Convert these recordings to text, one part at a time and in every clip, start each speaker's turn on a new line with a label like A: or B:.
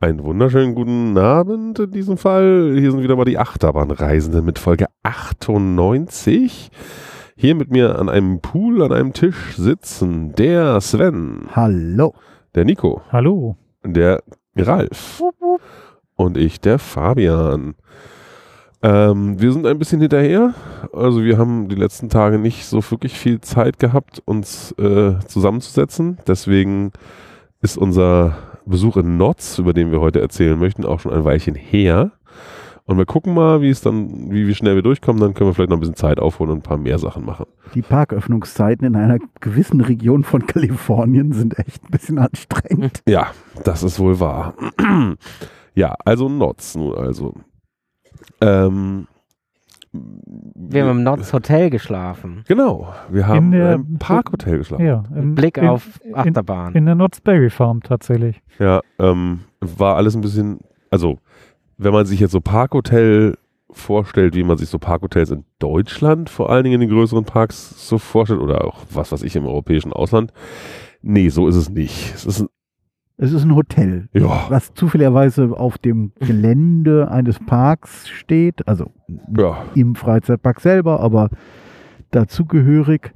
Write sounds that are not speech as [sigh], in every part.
A: Einen wunderschönen guten Abend in diesem Fall. Hier sind wieder mal die Achterbahnreisenden mit Folge 98. Hier mit mir an einem Pool, an einem Tisch sitzen der Sven,
B: Hallo.
A: der Nico,
C: Hallo.
A: der Ralf und ich, der Fabian. Ähm, wir sind ein bisschen hinterher. Also wir haben die letzten Tage nicht so wirklich viel Zeit gehabt, uns äh, zusammenzusetzen. Deswegen ist unser Besuch in Notz, über den wir heute erzählen möchten, auch schon ein Weilchen her. Und wir gucken mal, wie es dann, wie, wie schnell wir durchkommen. Dann können wir vielleicht noch ein bisschen Zeit aufholen und ein paar mehr Sachen machen.
B: Die Parköffnungszeiten in einer gewissen Region von Kalifornien sind echt ein bisschen anstrengend.
A: Ja, das ist wohl wahr. [clears throat] ja, also Notz nun also. Ähm,
D: Wir
A: Äh,
D: haben im Notz Hotel geschlafen.
A: genau, wir haben
C: der-
A: im Parkhotel geschlafen.
C: Ja,
D: Mit
C: im
D: Blick
C: in,
D: auf
C: in-
D: Achterbahn.
C: In der Knott's-Berry Farm tatsächlich.
A: Ja, ähm, war alles ein bisschen, also wenn man sich jetzt so Parkhotel vorstellt, wie man sich so Parkhotels in Deutschland, vor allen Dingen in den größeren Parks so vorstellt oder auch was weiß ich im europäischen Ausland. Nee, so ist es nicht. Es ist ein,
B: Es ist ein Hotel,
A: ja,
B: was zufälligerweise auf dem Gelände eines Parks steht, also
A: ja.
B: im Freizeitpark selber, aber dazugehörig.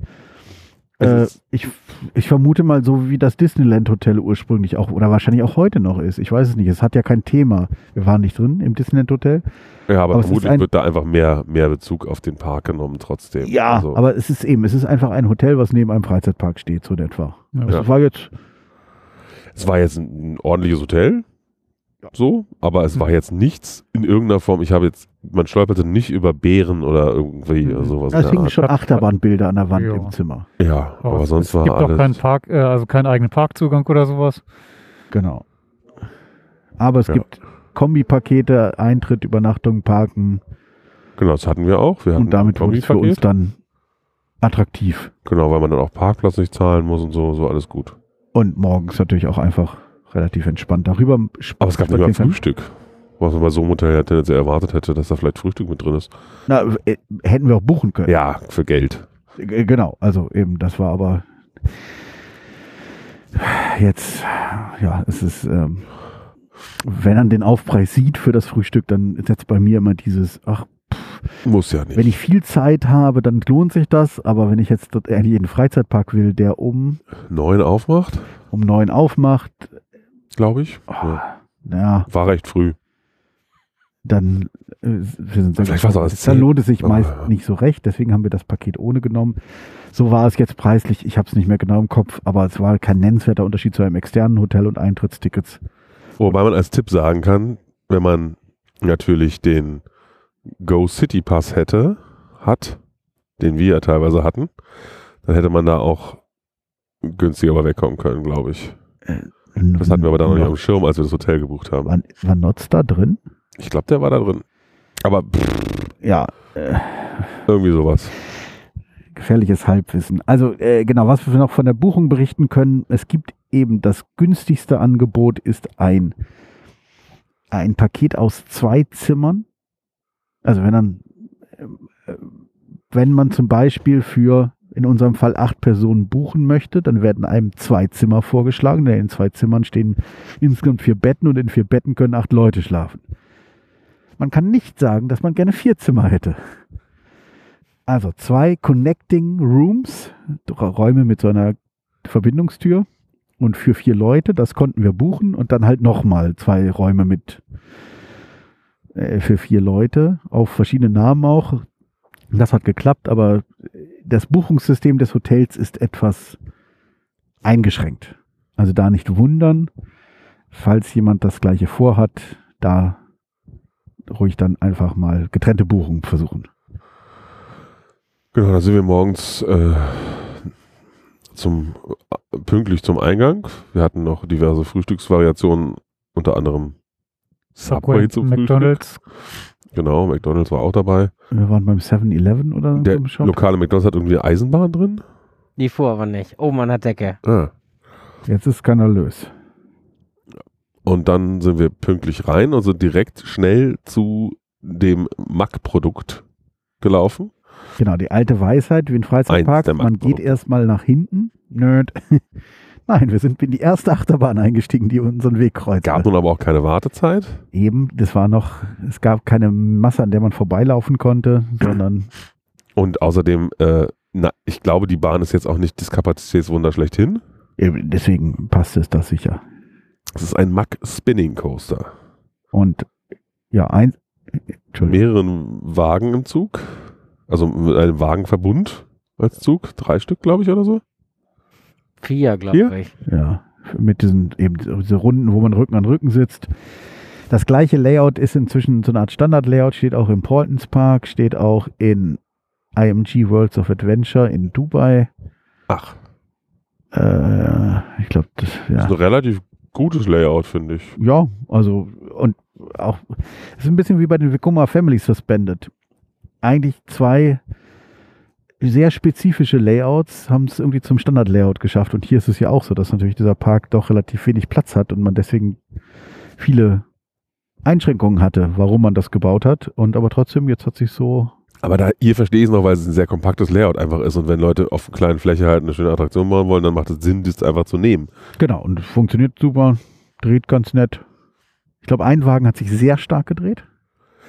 A: Es
B: Äh,
A: ist,
B: ich, ich vermute mal so, wie das Disneyland Hotel ursprünglich auch oder wahrscheinlich auch heute noch ist. Ich weiß es nicht. Es hat ja kein Thema. Wir waren nicht drin im Disneyland Hotel.
A: ja, aber,
B: aber es ist
A: vermutlich
B: ein-
A: wird da einfach mehr, mehr Bezug auf den Park genommen trotzdem. also,
B: aber es ist eben, es ist einfach ein Hotel, was neben einem Freizeitpark steht, so in etwa.
C: Ja.
B: Das war jetzt
A: es war jetzt ein, ein ordentliches Hotel. So, aber es
C: Mhm.
A: war jetzt nichts in irgendeiner Form. Ich habe jetzt, man stolperte nicht über Beeren oder irgendwie
C: Mhm.
A: sowas. in
B: Es
A: der
B: hingen
A: Art.
B: schon Achterbahnbilder an der Wand
C: Ja.
B: im Zimmer.
A: Ja, aber,
C: es-
A: sonst
C: es
A: war
C: gibt
A: alles.
C: auch keinen Park, äh, also keinen eigenen Parkzugang oder sowas.
B: Genau. Aber es
A: Ja.
B: gibt Kombipakete, Eintritt, Übernachtung, Parken
A: genau, das hatten wir auch. Wir hatten
B: und damit
A: ein
B: wurde es für uns
A: Kombipaket.
B: dann attraktiv.
A: Genau, weil man dann auch Parkplatz nicht zahlen muss und so, so alles gut.
B: Und morgens natürlich auch einfach relativ entspannt darüber.
A: Aber es gab nicht mal
B: spazieren
A: Frühstück. Was man bei so einem Hotel ja tendenziell erwartet hätte, dass da vielleicht Frühstück mit drin ist.
B: können. Na, äh, hätten wir auch buchen können.
A: Ja, für Geld.
B: G- Genau, also eben, das war aber jetzt, ja, es ist, ähm, wenn man den Aufpreis sieht für das Frühstück, dann setzt bei mir immer dieses, ach,
A: Muss ja nicht.
B: Wenn ich viel Zeit habe, dann lohnt sich das. Aber wenn ich jetzt dort eigentlich in den Freizeitpark will, der um,
A: Neun aufmacht,
B: um neun aufmacht,
A: glaube ich.
B: oh,
A: Ja.
B: ja,
A: War recht früh.
B: dann, äh, wir sind so
A: Vielleicht war's auch erst
B: dann
A: zehn.
B: lohnt es sich
A: Aber-
B: meist nicht so recht. Deswegen haben wir das Paket ohne genommen. So war es jetzt preislich. Ich habe es nicht mehr genau im Kopf, aber es war kein nennenswerter Unterschied zu einem externen Hotel und Eintrittstickets.
A: Wobei man als Tipp sagen kann, wenn man natürlich den Go City Pass hätte, hat, den wir ja teilweise hatten, dann hätte man da auch günstiger bei wegkommen können, glaube ich. Das hatten wir aber dann noch nicht auf dem Schirm, als wir das Hotel gebucht haben.
B: War, war Notz da drin?
A: Ich glaube, der war da drin. Aber pff,
B: Ja, äh,
A: irgendwie sowas.
B: gefährliches Halbwissen. Also äh, genau, was wir noch von der Buchung berichten können, es gibt eben das günstigste Angebot ist ein, ein Paket aus zwei Zimmern. Also wenn dann, ähm, äh, wenn man zum Beispiel für in unserem Fall acht Personen buchen möchte, dann werden einem zwei Zimmer vorgeschlagen. In den zwei Zimmern stehen insgesamt vier Betten und in vier Betten können acht Leute schlafen. Man kann nicht sagen, dass man gerne vier Zimmer hätte. Also zwei Connecting Rooms, Ra- Räume mit so einer Verbindungstür und für vier Leute, das konnten wir buchen und dann halt nochmal zwei Räume mit äh, für vier Leute auf verschiedene Namen auch. Das hat geklappt, aber das Buchungssystem des Hotels ist etwas eingeschränkt. Also da nicht wundern, falls jemand das gleiche vorhat, da ruhig dann einfach mal getrennte Buchungen versuchen.
A: Genau, da sind wir morgens äh, zum, äh, pünktlich zum Eingang. Wir hatten noch diverse Frühstücksvariationen, unter anderem Subway zum
C: McDonalds.
A: Frühstück. Genau, McDonalds war auch dabei.
B: Wir waren beim 7-Eleven oder
A: Der
B: so Shop.
A: lokale McDonalds hat irgendwie eine Eisenbahn drin.
D: Die fuhr aber nicht. Oben an der Decke.
A: Ah.
B: Jetzt ist skandalös.
A: Und dann sind wir pünktlich rein und sind direkt schnell zu dem Mac-Produkt gelaufen.
B: Genau, die alte Weisheit wie ein
A: Eins
B: Freizeitpark.
A: der
B: Man geht
A: Marktprodukte.
B: erstmal nach hinten. Nerd. [laughs] Nein, wir sind in die erste Achterbahn eingestiegen, die unseren Weg kreuzt. Also
A: Gab nun aber auch keine Wartezeit.
B: Eben, das war noch, es gab keine Masse, an der man vorbeilaufen konnte, sondern
A: Und außerdem, äh, na, ich glaube, die Bahn ist jetzt auch nicht das Kapazitätswunder schlechthin.
B: eben deswegen passte es das sicher.
A: Es ist ein Mack Spinning Coaster.
B: Und ja, ein, Entschuldigung.
A: Mehreren Wagen im Zug. Also mit einem Wagenverbund als Zug. Drei Stück, glaube ich, oder so.
D: Vier,
A: Vier?
D: glaube ich.
B: Ja, mit diesen eben diese Runden, wo man Rücken an Rücken sitzt. Das gleiche Layout ist inzwischen so eine Art Standard-Layout, steht auch im Portons Park, steht auch in IMG Worlds of Adventure in Dubai.
A: Ach,
B: Äh, ich glaube, das,
A: das
B: ja.
A: ist ein relativ gutes Layout, finde ich.
B: Ja, also und auch, es ist ein bisschen wie bei den Vekoma Family Suspended. Eigentlich zwei sehr spezifische Layouts haben es irgendwie zum Standard-Layout geschafft. Und hier ist es ja auch so, dass natürlich dieser Park doch relativ wenig Platz hat und man deswegen viele Einschränkungen hatte, warum man das gebaut hat. Und aber trotzdem, jetzt hat sich so,
A: Aber da, ihr versteht es noch, weil es ein sehr kompaktes Layout einfach ist. Und wenn Leute auf einer kleinen Fläche halt eine schöne Attraktion machen wollen, dann macht es Sinn, das einfach zu nehmen.
B: genau, und funktioniert super, dreht ganz nett. Ich glaube, ein Wagen hat sich sehr stark gedreht.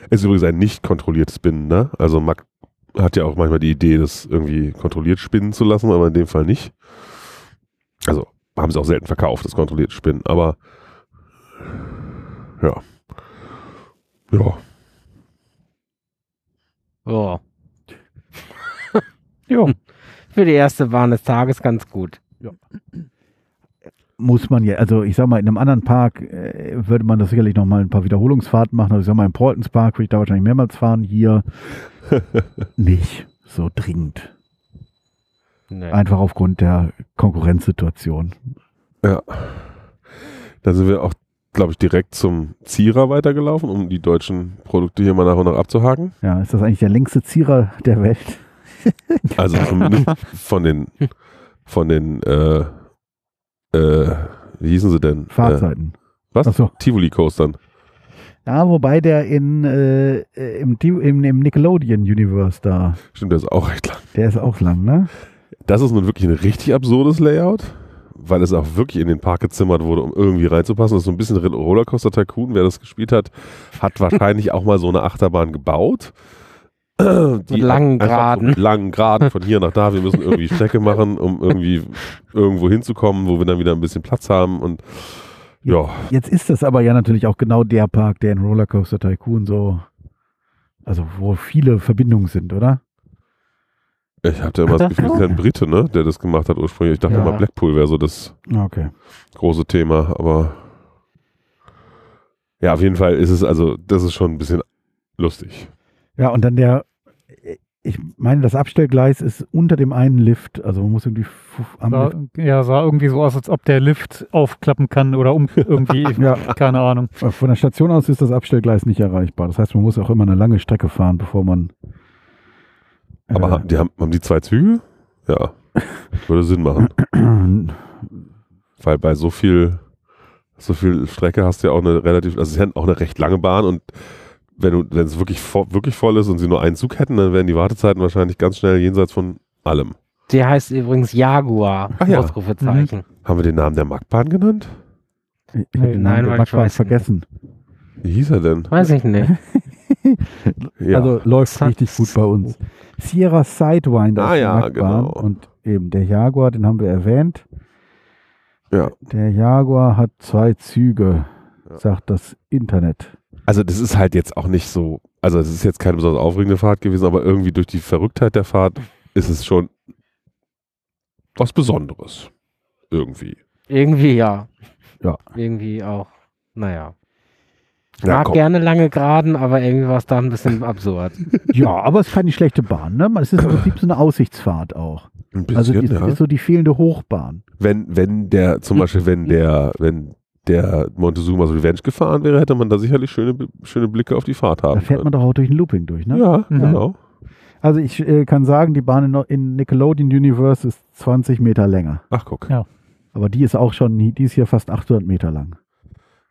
A: Es ist übrigens ein nicht kontrolliertes Spinnen, ne? Also Mack hat ja auch manchmal die Idee, das irgendwie kontrolliert spinnen zu lassen, aber in dem Fall nicht. Also haben sie auch selten verkauft, das kontrollierte Spinnen, aber ja. Ja, [laughs]
D: Ja.
B: Ja.
D: Für die erste Bahn des Tages ganz gut.
B: muss man ja, also ich sag mal, in einem anderen Park äh, würde man das sicherlich nochmal ein paar Wiederholungsfahrten machen. Also ich sag mal, im Portons Park würde ich da wahrscheinlich mehrmals
A: [laughs]
B: fahren. Hier nicht so dringend.
D: Nee.
B: Einfach aufgrund der Konkurrenzsituation.
A: ja. Dann sind wir auch, glaube ich, direkt zum Zierer weitergelaufen, um die deutschen Produkte hier mal nach und nach abzuhaken.
B: Ja, ist das eigentlich der längste Zierer der Welt?
A: Also zumindest von den, von den, äh, äh, wie hießen sie denn? Äh,
B: Fahrzeiten.
A: was?
B: Ach so.
A: Tivoli-Coastern.
B: Ja, wobei der in, äh, äh, im, Di- im, im Nickelodeon-Universe da,
A: Stimmt, der ist auch recht lang.
B: der ist auch lang, ne?
A: Das ist nun wirklich ein richtig absurdes Layout, weil es auch wirklich in den Park gezimmert wurde, um irgendwie reinzupassen. Das ist so ein bisschen Rollercoaster Tycoon. Wer das gespielt hat, hat wahrscheinlich auch mal so eine Achterbahn gebaut. Die
D: langen
A: einfach So
D: Geraden.
A: mit langen Geraden von hier nach da. Wir müssen irgendwie Strecke machen, um irgendwie irgendwo hinzukommen, wo wir dann wieder ein bisschen Platz haben. Und ja,
B: Jetzt ist das aber ja natürlich auch genau der Park, der in Rollercoaster Tycoon so, also wo viele Verbindungen sind, oder?
A: ich hatte immer das Gefühl, es ist ein Brite, ne, der das gemacht hat ursprünglich. Ich dachte
D: Ja.
A: immer, Blackpool wäre so das
B: Okay.
A: große Thema, aber ja, auf jeden Fall ist es also, das ist schon ein bisschen lustig.
B: Ja, und dann der, ich meine, das Abstellgleis ist unter dem einen Lift, also man muss irgendwie f- am
C: Sah,
B: Lift.
C: ja, sah irgendwie so aus, als ob der Lift aufklappen kann oder um irgendwie,
B: Ja.
C: keine Ahnung.
B: äh, Von der Station aus ist das Abstellgleis nicht erreichbar. Das heißt, man muss auch immer eine lange Strecke fahren, bevor man. äh, [clears throat]
A: Aber haben, die haben, haben die zwei Züge? Ja, würde Sinn machen,
B: äh,
A: weil bei so viel, so viel Strecke hast du ja auch eine relativ, also sie hätten auch eine recht lange Bahn und wenn du, wenn es wirklich, vo- wirklich voll ist und sie nur einen Zug hätten, dann wären die Wartezeiten wahrscheinlich ganz schnell jenseits von allem.
D: Der heißt übrigens Jaguar.
A: Ach ja. Mhm.
D: Ausrufezeichen.
A: Haben wir den Namen der Marktbahn genannt?
B: ich habe den
D: nein,
B: Namen der
D: weil ich
B: Backwaren
D: weiß nicht.
B: vergessen.
A: Wie hieß er denn?
D: Weiß
A: [laughs]
D: ich nicht.
A: Ja.
B: Also läuft
D: Sa-
B: richtig gut bei uns. Sierra Sidewinder
A: Ah,
B: ist die
A: ja,
B: Nachbarn
A: genau.
B: und eben der Jaguar, den haben wir erwähnt.
A: Ja.
B: Der Jaguar hat zwei Züge,
A: Ja.
B: sagt das Internet.
A: Also das ist halt jetzt auch nicht so, also es ist jetzt keine besonders aufregende Fahrt gewesen, aber irgendwie durch die Verrücktheit der Fahrt ist es schon was Besonderes. Irgendwie.
D: Irgendwie ja.
B: Ja.
D: Irgendwie auch. Naja. Ich
A: Ja,
D: mag
A: komm.
D: gerne lange Geraden, aber irgendwie war es da ein bisschen absurd.
B: Ja, aber es ist keine schlechte Bahn, ne? Es ist im Prinzip so eine Aussichtsfahrt auch.
A: Ein bisschen,
B: Also es
A: ja.
B: ist Hm. so die fehlende Hochbahn.
A: wenn, wenn der, zum Beispiel, wenn der, wenn der Montezuma's Revenge gefahren wäre, hätte man da sicherlich schöne, schöne Blicke auf die Fahrt haben.
B: Da fährt man doch auch durch ein Looping durch, ne?
A: können. Ja,
C: Mhm.
A: genau.
B: Also ich äh, kann sagen, die Bahn in, in Nickelodeon Universe ist 20 Meter länger.
A: Ach, guck.
C: Ja.
B: Aber die ist auch schon, die ist hier fast 800 Meter lang.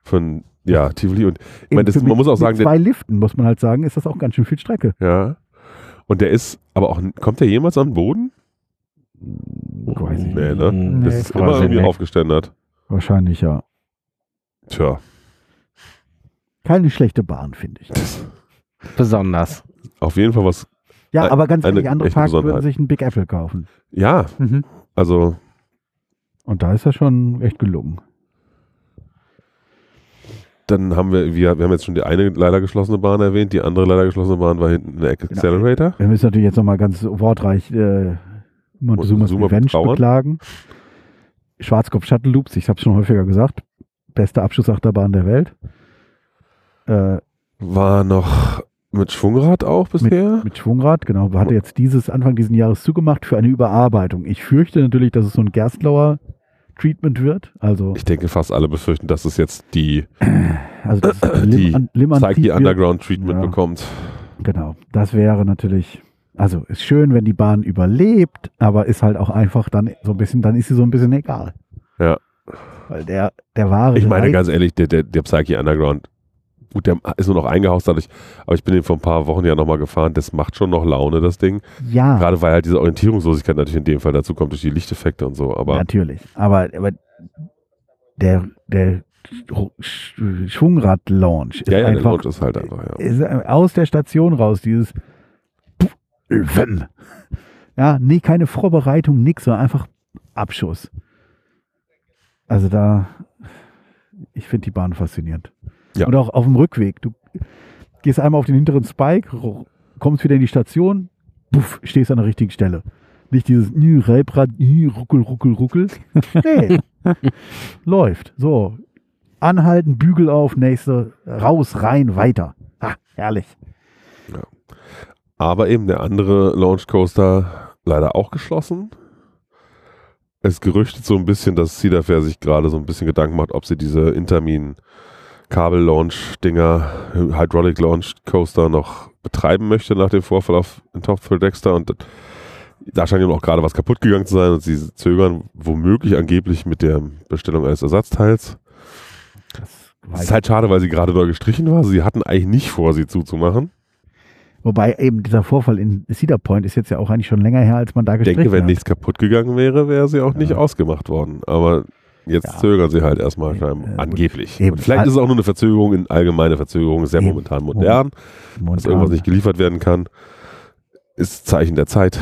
A: Von, ja, Tivoli und, ich meine, das-
B: Eben für
A: man muss auch
B: mit
A: sagen, der-
B: zwei Liften muss man halt sagen, ist das auch ganz schön viel Strecke.
A: ja. Und der ist, aber auch, kommt der jemals an den Boden?
B: Weiß ich
A: Nee, ne?
D: Mm,
A: Das
C: Nee,
A: ist
D: quasi
A: immer irgendwie
D: nicht.
A: aufgeständert.
B: Wahrscheinlich ja.
A: Tja.
B: Keine schlechte Bahn, finde ich.
D: Besonders.
A: Auf jeden Fall was.
B: Ja,
A: Ein-
B: aber ganz
A: eine
B: ehrlich, andere
A: echte
B: Parks würden
A: Besonderheit.
B: sich einen Big Apple kaufen.
A: Ja,
C: Mhm.
A: also
B: Und da ist er schon echt gelungen.
A: dann haben wir, wir, wir haben jetzt schon die eine leider geschlossene Bahn erwähnt, die andere leider geschlossene Bahn war hinten eine
B: Genau.
A: Accelerator.
B: Wir müssen natürlich jetzt nochmal ganz wortreich äh, Montezumas
A: Montezuma
B: Revenge
A: betrauern.
B: beklagen. Schwarzkopf Shuttle Loops, ich habe es schon häufiger gesagt. Beste Abschussachterbahn der Welt. Äh,
A: War noch mit Schwungrad auch bisher.
B: mit Schwungrad, genau. Hat er jetzt dieses Anfang diesen Jahres zugemacht für eine Überarbeitung. Ich fürchte natürlich, dass es so ein Gerstlauer Treatment wird. Also,
A: ich denke, fast alle befürchten, dass es jetzt die
B: also das
A: Die
B: Lim, Lim
A: Psyche Underground Treatment
B: Ja.
A: bekommt.
B: Genau, das wäre natürlich, also ist schön, wenn die Bahn überlebt, aber ist halt auch einfach dann so ein bisschen, dann ist sie so ein bisschen egal.
A: Ja.
B: Weil der, der wahre.
A: Ich meine
B: Reiz-
A: ganz ehrlich, der, der, der Psyche Underground, gut, der ist nur noch eingehaust dadurch, aber ich bin den vor ein paar Wochen ja nochmal gefahren, das macht schon noch Laune, das Ding.
B: ja,
A: Gerade weil halt diese Orientierungslosigkeit natürlich in dem Fall dazu kommt, durch die Lichteffekte und so, aber
B: natürlich. Aber, aber der, der Sch- Schwungrad-Launch ist
A: ja, ja, der
B: einfach
A: Launch ist halt einfach, ja.
B: ist äh, aus der Station raus, dieses Puff, Wem. Ja, nee, keine Vorbereitung, nix, sondern einfach Abschuss. Also da, ich finde die Bahn faszinierend.
A: Ja.
B: Und auch auf dem Rückweg, du gehst einmal auf den hinteren Spike, ro- kommst wieder in die Station, puff, stehst an der richtigen Stelle. Nicht dieses nü, Reibrad, nü, ruckel, ruckel, ruckel. Nee. Läuft. So. Anhalten, Bügel auf, nächste, raus, rein, weiter. Ha, herrlich.
A: Aber eben der andere Launch Coaster leider auch geschlossen. Es gerüchtet so ein bisschen, dass Cedar Fair sich gerade so ein bisschen Gedanken macht, ob sie diese Intermin Kabel Launch Dinger, Hydraulic Launch Coaster noch betreiben möchte nach dem Vorfall auf in Topful Dexter und da scheint eben auch gerade was kaputt gegangen zu sein und sie zögern womöglich angeblich mit der Bestellung eines Ersatzteils.
B: Das
A: Es ist halt schade, weil sie gerade neu gestrichen war. Sie hatten eigentlich nicht vor, sie zuzumachen.
B: Wobei eben dieser Vorfall in Cedar Point ist jetzt ja auch eigentlich schon länger her, als man da
A: Ich
B: gestrichen
A: denke, wenn
B: hat.
A: nichts kaputt gegangen wäre, wäre sie auch nicht
B: Ja.
A: ausgemacht worden. Aber jetzt
B: Ja.
A: zögern sie halt erstmal
B: Äh,
A: scheinbar.
B: äh,
A: angeblich.
B: eben.
A: Und vielleicht ist es auch nur eine Verzögerung, in allgemeine Verzögerung, ist sehr
B: Eben.
A: momentan modern, dass
B: Momentan.
A: irgendwas nicht geliefert werden kann. Ist Zeichen der Zeit.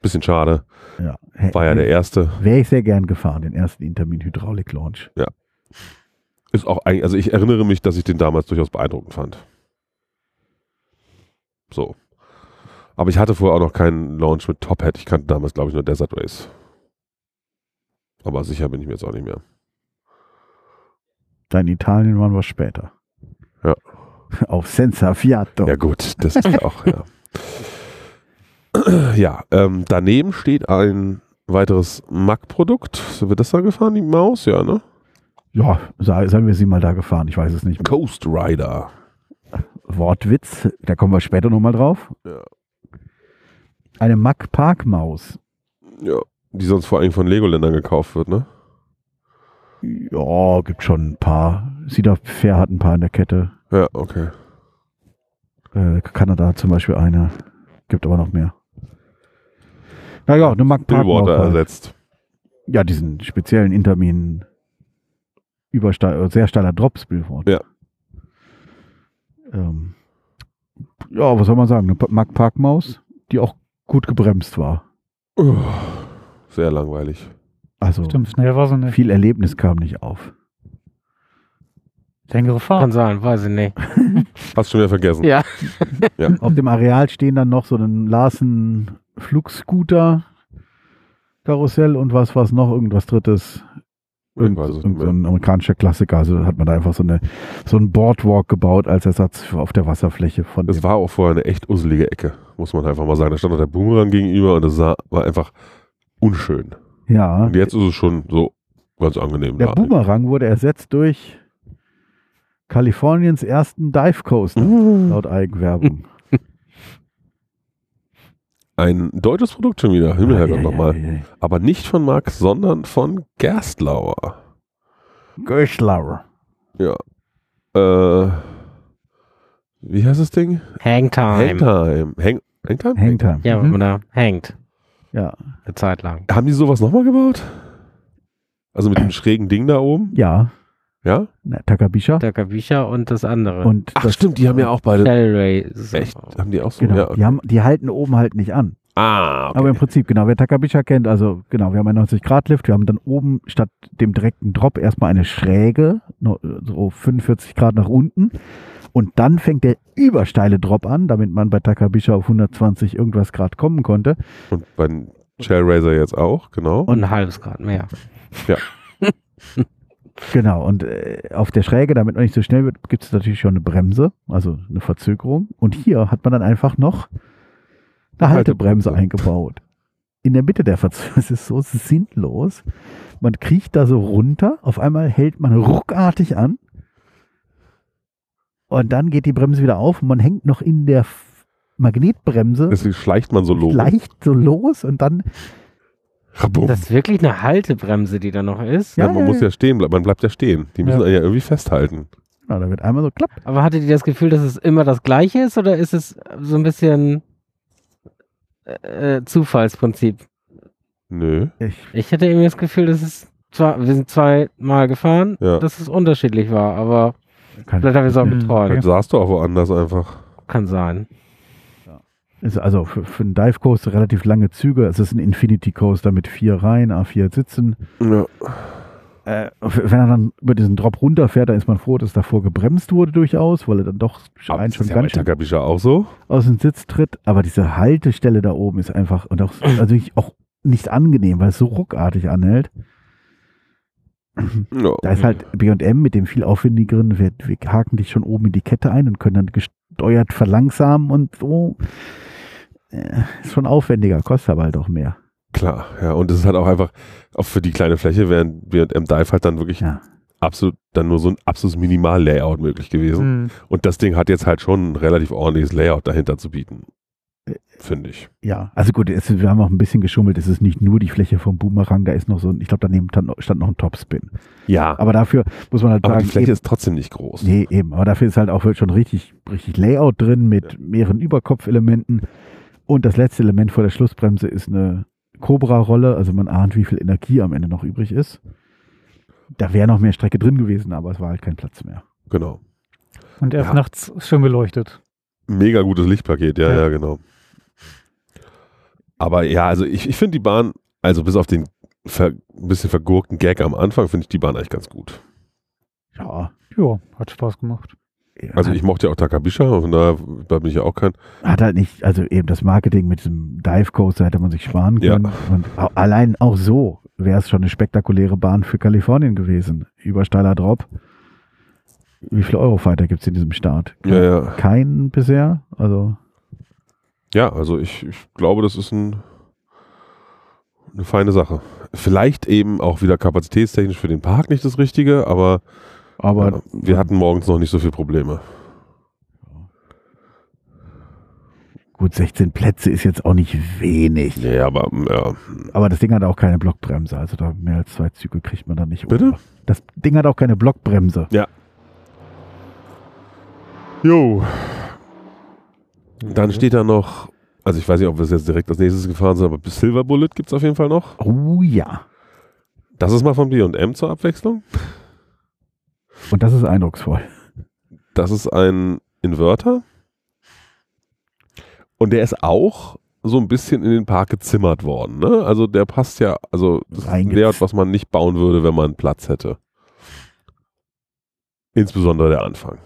A: Bisschen schade.
B: ja.
A: War
B: Äh,
A: ja der erste.
B: Wäre ich sehr gern gefahren, den ersten Intermin Hydraulik Launch.
A: Ist auch eigentlich, also ich erinnere mich, dass ich den damals durchaus beeindruckend fand. So. Aber ich hatte vorher auch noch keinen Launch mit Top Hat. Ich kannte damals, glaube ich, nur Desert Race. Aber sicher bin ich mir jetzt auch nicht mehr.
B: Dein Italien waren wir später.
A: Ja.
B: [laughs] Auf Senza Fiato.
A: Ja gut, das ist ja auch, ja. Ja, ähm, daneben steht ein weiteres Mac-Produkt. So wird das da gefahren, die Maus? Ja, ne?
B: Ja, sa- sagen wir sie mal da gefahren. Ich weiß es nicht. mehr.
A: Coast Rider.
B: Wortwitz, da kommen wir später nochmal drauf.
A: Ja.
B: Eine Mack Parkmaus.
A: Ja, die sonst vor allem von Legoländern gekauft wird, ne?
B: Ja, gibt schon ein paar. Cedar Fair hat ein paar in der Kette.
A: Ja, okay.
B: Äh, Kanada hat zum Beispiel eine. Gibt aber noch mehr. Naja, eine Mack Parkmaus.
A: Stillwater
B: Halt.
A: ersetzt.
B: Ja, diesen speziellen Intermin. Übersteil, sehr steiler Drops, Billboard.
A: Ja.
B: Ähm, ja, was soll man sagen? Eine Pa- Mack Parkmaus, die auch gut gebremst war.
A: Uff, Sehr langweilig.
B: Also
C: Stimmt, schnell war sie nicht.
B: viel Erlebnis kam nicht auf.
C: Längere Fahrt.
D: Kann sein, weiß ich nicht.
A: Hast schon wieder vergessen.
D: Ja.
B: Auf dem Areal stehen dann noch so ein Larsen Flugscooter Karussell und was was noch irgendwas drittes. Irgend,
A: weiß es
B: irgend so
A: nicht
B: ein amerikanischer Klassiker. Also hat man da einfach so eine so ein Boardwalk gebaut als Ersatz für, auf der Wasserfläche von
A: Das
B: dem-
A: war auch vorher eine echt usselige Ecke, muss man einfach mal sagen. Da stand noch der Boomerang gegenüber und das sah, war einfach unschön.
B: ja.
A: Und jetzt ist es schon so ganz angenehm.
B: Der
A: da.
B: Boomerang wurde ersetzt durch Kaliforniens ersten Dive Coaster
A: Uh. [laughs]
B: laut Eigenwerbung.
A: Ein deutsches Produkt schon wieder, Himmelherrgott
B: Ei, ei,
A: nochmal.
B: ei, ei.
A: Aber nicht von Max, sondern von Gerstlauer.
B: Gerschlauer.
A: Ja. Äh, wie heißt das Ding?
D: Hangtime.
A: Hangtime. Hang Hangtime?
B: Hangtime.
D: Ja, wenn
C: Mhm.
D: man da hängt.
B: Ja,
D: Eine Zeit lang.
A: Haben die sowas nochmal gebaut? Also mit dem schrägen Ding da oben?
B: ja.
A: Ja?
B: Na, Takabisha.
D: Der Kabisha und das andere.
B: Und
A: Ach
B: das,
A: stimmt, die haben ja auch beide.
D: Shellray.
A: Echt? Haben die auch so?
B: genau,
A: Ja, okay.
B: die, haben, die halten oben halt nicht an.
A: Ah, okay.
B: Aber im Prinzip, genau, wer Takabisha kennt, also genau, wir haben einen 90-Grad-Lift, wir haben dann oben statt dem direkten Drop erstmal eine Schräge, no- so 45 Grad nach unten. Und dann fängt der übersteile Drop an, damit man bei Takabisha auf 120 irgendwas Grad kommen konnte.
A: Und beim Shellraiser jetzt auch, genau.
D: Und ein halbes Grad mehr.
B: Oh. Genau, und äh, auf der Schräge, damit man nicht so schnell wird, gibt es natürlich schon eine Bremse, also eine Verzögerung. Und hier hat man dann einfach noch eine
A: Eine
B: Haltebremse
A: Haltebremse.
B: eingebaut. In der Mitte der Verzögerung. [laughs] Es ist so sinnlos. Man kriecht da so runter, auf einmal hält man ruckartig an und dann geht die Bremse wieder auf und man hängt noch in der F- Magnetbremse
A: Deswegen schleicht man so los.
B: leicht so los und dann
A: Rabum.
D: Das ist wirklich eine Haltebremse, die da noch ist.
A: Ja,
B: Ja,
A: man
B: ja,
A: muss ja stehen bleiben, man bleibt ja stehen. Die müssen
C: Ja.
A: ja, ja irgendwie festhalten.
B: na, genau, da wird einmal so klapp.
D: Aber hattet ihr das Gefühl, dass es immer das gleiche ist oder ist es so ein bisschen äh, äh, Zufallsprinzip?
A: Nö.
B: Ich
D: Ich hatte irgendwie das Gefühl, dass es zwar, wir sind zweimal gefahren,
A: Ja.
D: dass es unterschiedlich war, aber
B: kann
D: vielleicht haben wir es auch
B: Mhm.
C: Hm,
D: betreut.
A: Dann saß du auch woanders einfach.
D: Kann sein.
B: Ist also für, für einen Dive Coaster relativ lange Züge. Es ist ein Infinity Coaster mit vier Reihen, A4 Sitzen.
A: Ja.
B: Äh, wenn er dann über diesen Drop runterfährt, dann ist man froh, dass davor gebremst wurde durchaus, weil er dann doch einen schon
A: ist ja
B: ganz
A: bei
B: schön
A: Takabisha auch so.
B: aus dem Sitz tritt. Aber diese Haltestelle da oben ist einfach
A: [clears throat]
B: und auch, also ich, auch nicht angenehm, weil es so ruckartig anhält.
A: Ja.
B: Da ist halt BM mit dem viel aufwendigeren, wir, wir haken dich schon oben in die Kette ein und können dann gesteuert verlangsamen und so. Äh, Ist schon aufwendiger, kostet aber halt auch mehr.
A: Klar, ja. Und es ist halt auch einfach, auch für die kleine Fläche wären BM Dive halt dann wirklich
B: Ja.
A: absolut, dann nur so ein absolutes Minimal-Layout möglich gewesen.
C: Hm.
A: Und das Ding hat jetzt halt schon ein relativ ordentliches Layout dahinter zu bieten. Äh, Finde ich.
B: Ja, also gut, es, wir haben auch ein bisschen geschummelt. Es ist nicht nur die Fläche vom Boomerang, da ist noch so ein, ich glaube, daneben tan- stand noch ein Topspin.
A: Ja. Aber,
B: Aber dafür muss man halt sagen,
A: die Fläche
B: eben,
A: ist trotzdem nicht groß.
B: nee, eben, aber dafür ist halt auch schon richtig, richtig Layout drin mit mehreren Überkopfelementen. Und das letzte Element vor der Schlussbremse ist eine Cobra-Rolle, also man ahnt, wie viel Energie am Ende noch übrig ist. Da wäre noch mehr Strecke drin gewesen, aber es war halt kein Platz mehr.
A: Genau.
C: Und erst
A: Ja.
C: nachts schön beleuchtet.
A: Mega gutes Lichtpaket, ja, ja,
C: Ja.
A: genau. Aber ja, also ich, ich finde die Bahn, also bis auf den ver, ein bisschen vergurkten Gag am Anfang, finde ich die Bahn eigentlich ganz gut.
B: Ja.
C: Ja, hat Spaß gemacht.
A: Also ich mochte ja auch Takabisha, von daher da bin ich ja auch kein.
B: hat halt nicht, also eben das Marketing mit diesem Dive Coaster hätte man sich sparen
A: Ja.
B: können. Und au- allein auch so wäre es schon eine spektakuläre Bahn für Kalifornien gewesen. Übersteiler Drop. Wie viele Eurofighter gibt es in diesem Start?
A: Ja, ja.
B: Keinen bisher. Also
A: Ja, also ich, ich glaube, das ist ein, eine feine Sache. Vielleicht eben auch wieder kapazitätstechnisch für den Park nicht das Richtige, aber
B: aber
A: ja, wir hatten morgens noch nicht so viele Probleme.
B: gut, 16 Plätze ist jetzt auch nicht wenig.
A: Nee, aber ja.
B: Aber das Ding hat auch keine Blockbremse. Also da mehr als zwei Züge kriegt man da nicht.
A: Bitte?
B: unter. Das Ding hat auch keine Blockbremse.
A: Jo, dann steht da noch, also ich weiß nicht, ob wir es jetzt direkt als nächstes gefahren sind, aber bis Silver Bullet gibt es auf jeden Fall noch.
B: Oh ja.
A: Das ist mal von BM zur Abwechslung.
B: Und das ist eindrucksvoll.
A: Das ist ein Inverter. Und der ist auch so ein bisschen in den Park gezimmert worden. Ne? Also der passt ja, also das ist ein
B: Reingez-
A: Layout, was man nicht bauen würde, wenn man Platz hätte. Insbesondere der Anfang.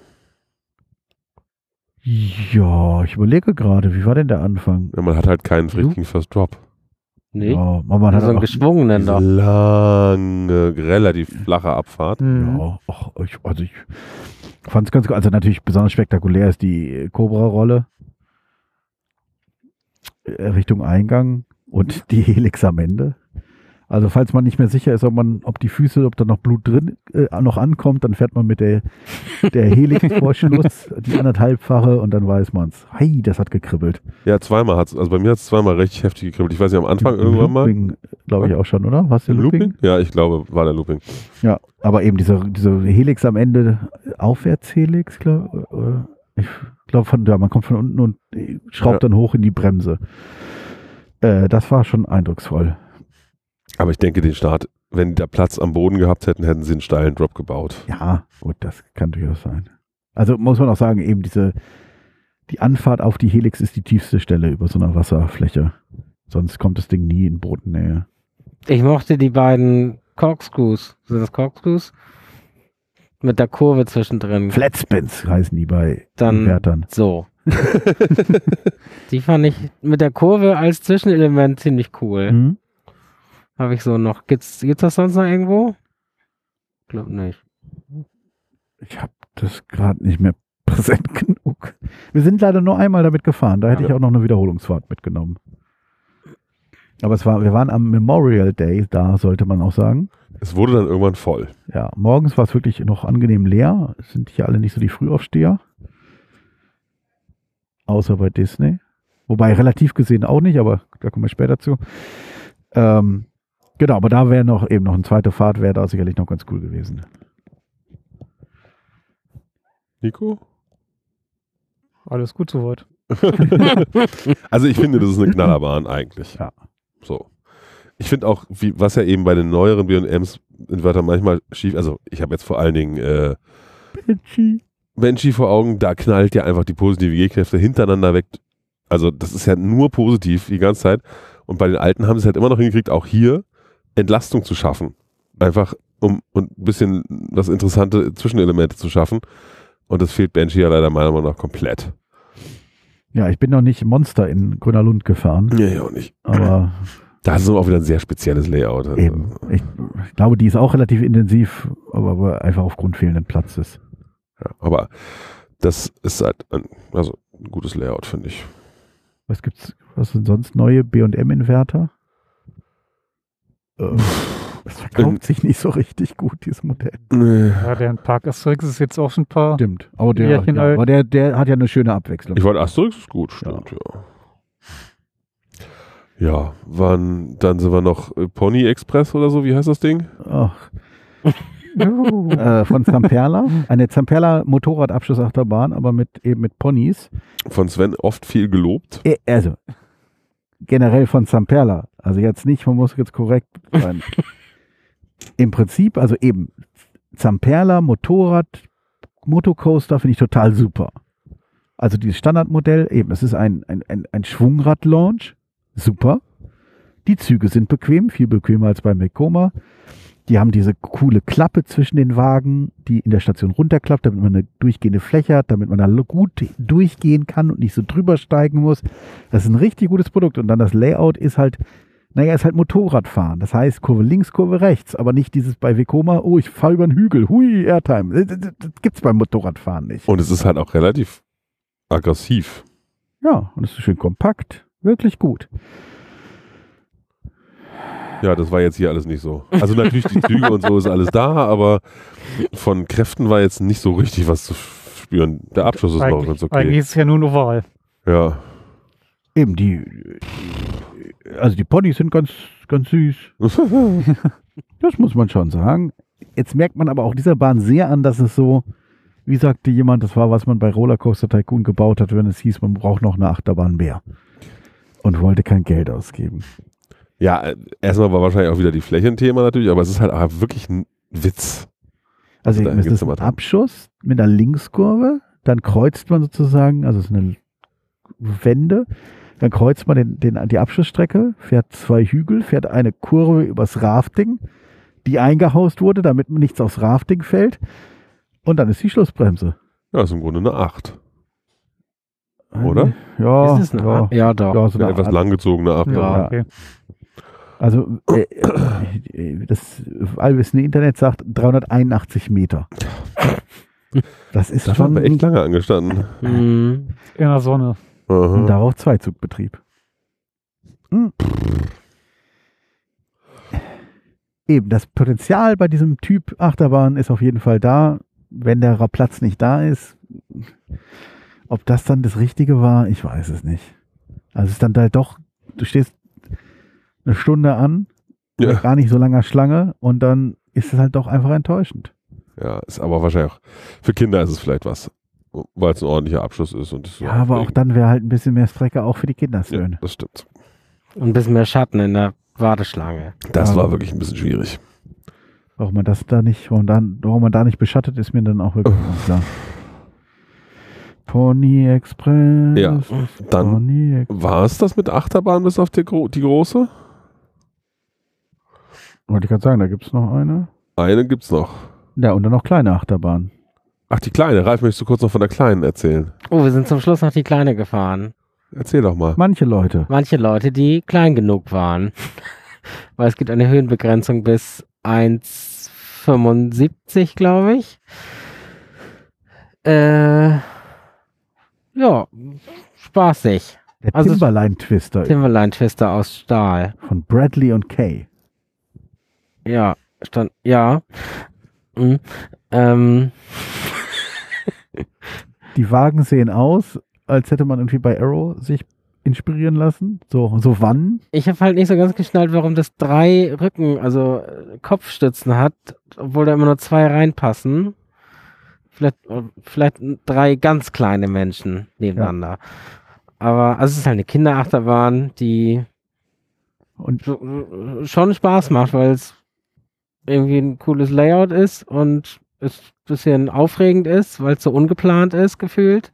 B: Ja, ich überlege gerade, wie war denn der Anfang?
A: Ja, Man hat halt keinen richtigen First Drop.
D: Nee.
B: Ja, man hat
D: so einen
B: auch,
D: geschwungenen
A: Diese
D: doch.
A: lange, relativ flache Abfahrt.
C: Hm.
B: ja, ach, ich, also ich fand es ganz gut. Also natürlich besonders spektakulär ist die äh, Cobra-Rolle Äh, Richtung Eingang und die Helix am Ende. Also falls man nicht mehr sicher ist, ob man, ob die Füße, ob da noch Blut drin äh, noch ankommt, dann fährt man mit der, der Helix vor Schluss, die anderthalbfache und dann weiß man's. Hei, das hat gekribbelt.
A: Ja, zweimal hat's, also bei mir hat es zweimal richtig heftig gekribbelt. Ich weiß nicht, am Anfang irgendwann mal.
B: Glaube ich auch schon, oder? Was der Looping?
A: Ja, ich glaube, war der Looping.
B: Ja, aber eben diese, diese Helix am Ende, Aufwärtshelix, glaube ich, glaube von, ja, man kommt von unten und äh, schraubt dann hoch in die Bremse. Äh, äh, das war schon eindrucksvoll.
A: Aber ich denke, den Start, wenn die da Platz am Boden gehabt hätten, hätten sie einen steilen Drop gebaut.
B: Ja, gut, das kann durchaus sein. Also muss man auch sagen, eben diese, die Anfahrt auf die Helix ist die tiefste Stelle über so einer Wasserfläche. Sonst kommt das Ding nie in Bodennähe.
D: Ich mochte die beiden Corkscrews. Sind das Corkscrews? Mit der Kurve zwischendrin.
B: Flatspins heißen die bei
D: Dann-
B: Wärtern.
D: So. [laughs] die fand ich mit der Kurve als Zwischenelement ziemlich cool.
B: Mhm.
D: Habe ich so noch. Gibt's, gibt's das sonst noch irgendwo? Glaub nicht.
B: Ich habe das gerade nicht mehr [laughs] präsent genug. Wir sind leider nur einmal damit gefahren. Da hätte
A: Ja.
B: ich auch noch eine Wiederholungsfahrt mitgenommen. Aber es war, wir waren am Memorial Day, da sollte man auch sagen.
A: Es wurde dann irgendwann voll.
B: Ja, morgens war es wirklich noch angenehm leer. Es sind hier alle nicht so die Frühaufsteher. Außer bei Disney. Wobei relativ gesehen auch nicht, aber da kommen wir später zu. Ähm, genau, aber da wäre noch eben noch eine zweite Fahrt, wäre da sicherlich noch ganz cool gewesen.
A: Nico?
C: Alles gut soweit.
A: Also ich finde, das ist eine Knallerbahn eigentlich.
B: Ja.
A: So. Ich finde auch, wie, was ja eben bei den neueren BMs in Wörtern manchmal schief, also ich habe jetzt vor allen Dingen äh, Benji vor Augen, da knallt ja einfach die positive G-Kräfte hintereinander weg. Also das ist ja nur positiv die ganze Zeit. Und bei den Alten haben sie es halt immer noch hingekriegt, auch hier Entlastung zu schaffen. Einfach um und ein bisschen das interessante Zwischenelemente zu schaffen. Und das fehlt Benji ja leider meiner Meinung nach komplett.
B: Ja, ich bin noch nicht Monster in Grönerlund gefahren,
A: Nee, auch nicht.
B: aber
A: Da ist es auch wieder ein sehr spezielles Layout. [clears throat] Also,
B: eben. Ich, ich glaube, die ist auch relativ intensiv, aber, aber einfach aufgrund fehlenden Platzes.
A: Ja, aber das ist halt ein, also ein gutes Layout, finde ich.
B: Was gibt's, was sind sonst neue B&M-Inverter? Ähm, Es
A: Ähm,
B: verkauft sich nicht so richtig gut, dieses Modell.
C: Ja, der Park Asterix ist jetzt auch schon ein paar.
B: Stimmt. Aber der,
C: Jährchen
B: ja,
C: alt.
B: aber der, der hat ja eine schöne Abwechslung.
A: Ich wollte Asterix ist gut, stimmt, ja. Ja, wann, dann sind wir noch äh, Pony Express oder so, wie heißt das Ding?
B: Ach. [laughs] äh, von Zamperla. Eine Zamperla Motorradabschlussachterbahn, aber mit eben mit Ponys.
A: Von Sven oft viel gelobt.
B: Äh, Also generell von Zamperla. Also jetzt nicht, man muss jetzt korrekt sein. Im Prinzip, also eben Zamperla Motorrad Motocoaster finde ich total super. Also dieses Standardmodell, eben, es ist ein, ein, ein, ein Schwungrad-Launch. Super. Die Züge sind bequem, viel bequemer als bei Mekoma. Die haben diese coole Klappe zwischen den Wagen, die in der Station runterklappt, damit man eine durchgehende Fläche hat, damit man da gut durchgehen kann und nicht so drüber steigen muss. Das ist ein richtig gutes Produkt. Und dann das Layout ist halt, naja, ist halt Motorradfahren. Das heißt, Kurve links, Kurve rechts, aber nicht dieses bei Vekoma, oh, ich fahre über den Hügel, hui, Airtime. Das- Das das gibt's beim Motorradfahren nicht.
A: Und es ist halt auch relativ aggressiv.
B: Ja, und es ist schön kompakt. Wirklich gut.
A: Ja, das war jetzt hier alles nicht so. Also natürlich die Züge und so ist alles da, aber von Kräften war jetzt nicht so richtig was zu spüren. Der Abschluss ist noch
C: Eigentlich,
A: ganz
C: eigentlich
A: okay.
C: ist es ja nur ein Oval.
A: Ja. [laughs]
B: Eben die, also die Ponys sind ganz, ganz süß. Das muss man schon sagen. Jetzt merkt man aber auch dieser Bahn sehr an, dass es so, wie sagte jemand, das war, was man bei Rollercoaster Tycoon gebaut hat, wenn es hieß, man braucht noch eine Achterbahn mehr. Und wollte kein Geld ausgeben.
A: Ja, äh, erstmal war wahrscheinlich auch wieder die Flächenthema natürlich, aber es ist halt auch wirklich ein Witz.
B: Also
A: Da
B: eben ist
A: geht's
B: das ein
A: aber dran.
B: Abschuss mit einer Linkskurve, dann kreuzt man sozusagen, also es ist eine Wende, dann kreuzt man den, den, die Abschussstrecke, fährt zwei Hügel, fährt eine Kurve übers Rafting, die eingehaust wurde, damit man nichts aufs Rafting fällt. Und dann ist die Schlussbremse.
A: Ja, ist im Grunde eine Acht. Oder?
B: Ja,
D: ist es eine
B: ja,
D: Art? Ja, doch.
B: ja, so
A: Eine
B: eine
A: etwas
B: Art.
A: langgezogene Acht.
B: Ja.
A: aber-
C: okay.
B: Also äh, äh, das allwissende Internet sagt 381 Meter. Das ist
A: Da haben
B: schon
A: wir echt lange angestanden.
D: Mhm.
C: In der Sonne.
B: Und
A: Aha.
B: darauf Zweizugbetrieb. Hm. Eben, das Potenzial bei diesem Typ Achterbahn ist auf jeden Fall da. Wenn der Ra- Platz nicht da ist, ob das dann das Richtige war, ich weiß es nicht. Also es ist dann halt doch, du stehst eine Stunde an,
A: Ja.
B: mit gar nicht so langer Schlange und dann ist es halt doch einfach enttäuschend.
A: Ja, ist aber wahrscheinlich auch. Für Kinder ist es vielleicht was, weil es ein ordentlicher Abschluss ist. Und es so
B: Ja, aber auch
A: aufregend.
B: dann wäre halt ein bisschen mehr Strecke auch für die Kinder schön.
A: Ja, das stimmt.
D: Und ein bisschen mehr Schatten in der Warteschlange.
A: Das
B: Ja.
A: war wirklich ein bisschen schwierig.
B: Warum man das da nicht, warum, da, warum man da nicht beschattet, ist mir dann auch wirklich unklar. Pony Express.
A: Ja, Dann
B: Pony Ex-
A: war es das mit Achterbahn bis auf die, Gro die große?
B: Wollte ich gerade sagen, da gibt es noch eine.
A: Eine gibt's noch.
B: Ja, und dann noch kleine Achterbahn.
A: Ach, die kleine. Ralf, möchtest du kurz noch von der kleinen erzählen?
D: Oh, wir sind zum Schluss noch die Kleine gefahren.
A: Erzähl doch mal.
B: Manche Leute.
D: Manche Leute, die klein genug waren. [laughs] Weil es gibt eine Höhenbegrenzung bis 1,75, glaube ich. Äh, ja, spaßig.
B: Der
D: Also-
B: Timberline Twister
D: Timberline Twister aus Stahl.
B: von Bradley und Kay.
D: Ja, stand, ja. Mhm. Ähm,
B: Die Wagen sehen aus, als hätte man irgendwie bei Arrow sich inspirieren lassen. So, so wann?
D: ich habe halt nicht so ganz geschnallt, warum das drei Rücken, also äh, Kopfstützen hat, obwohl da immer nur zwei reinpassen. Vielleicht, äh, vielleicht drei ganz kleine Menschen nebeneinander. Aber also es ist halt eine Kinderachterbahn, die
B: Und
D: so- äh, schon Spaß macht, weil es irgendwie ein cooles Layout ist und es ein bisschen aufregend ist, weil es so ungeplant ist, gefühlt.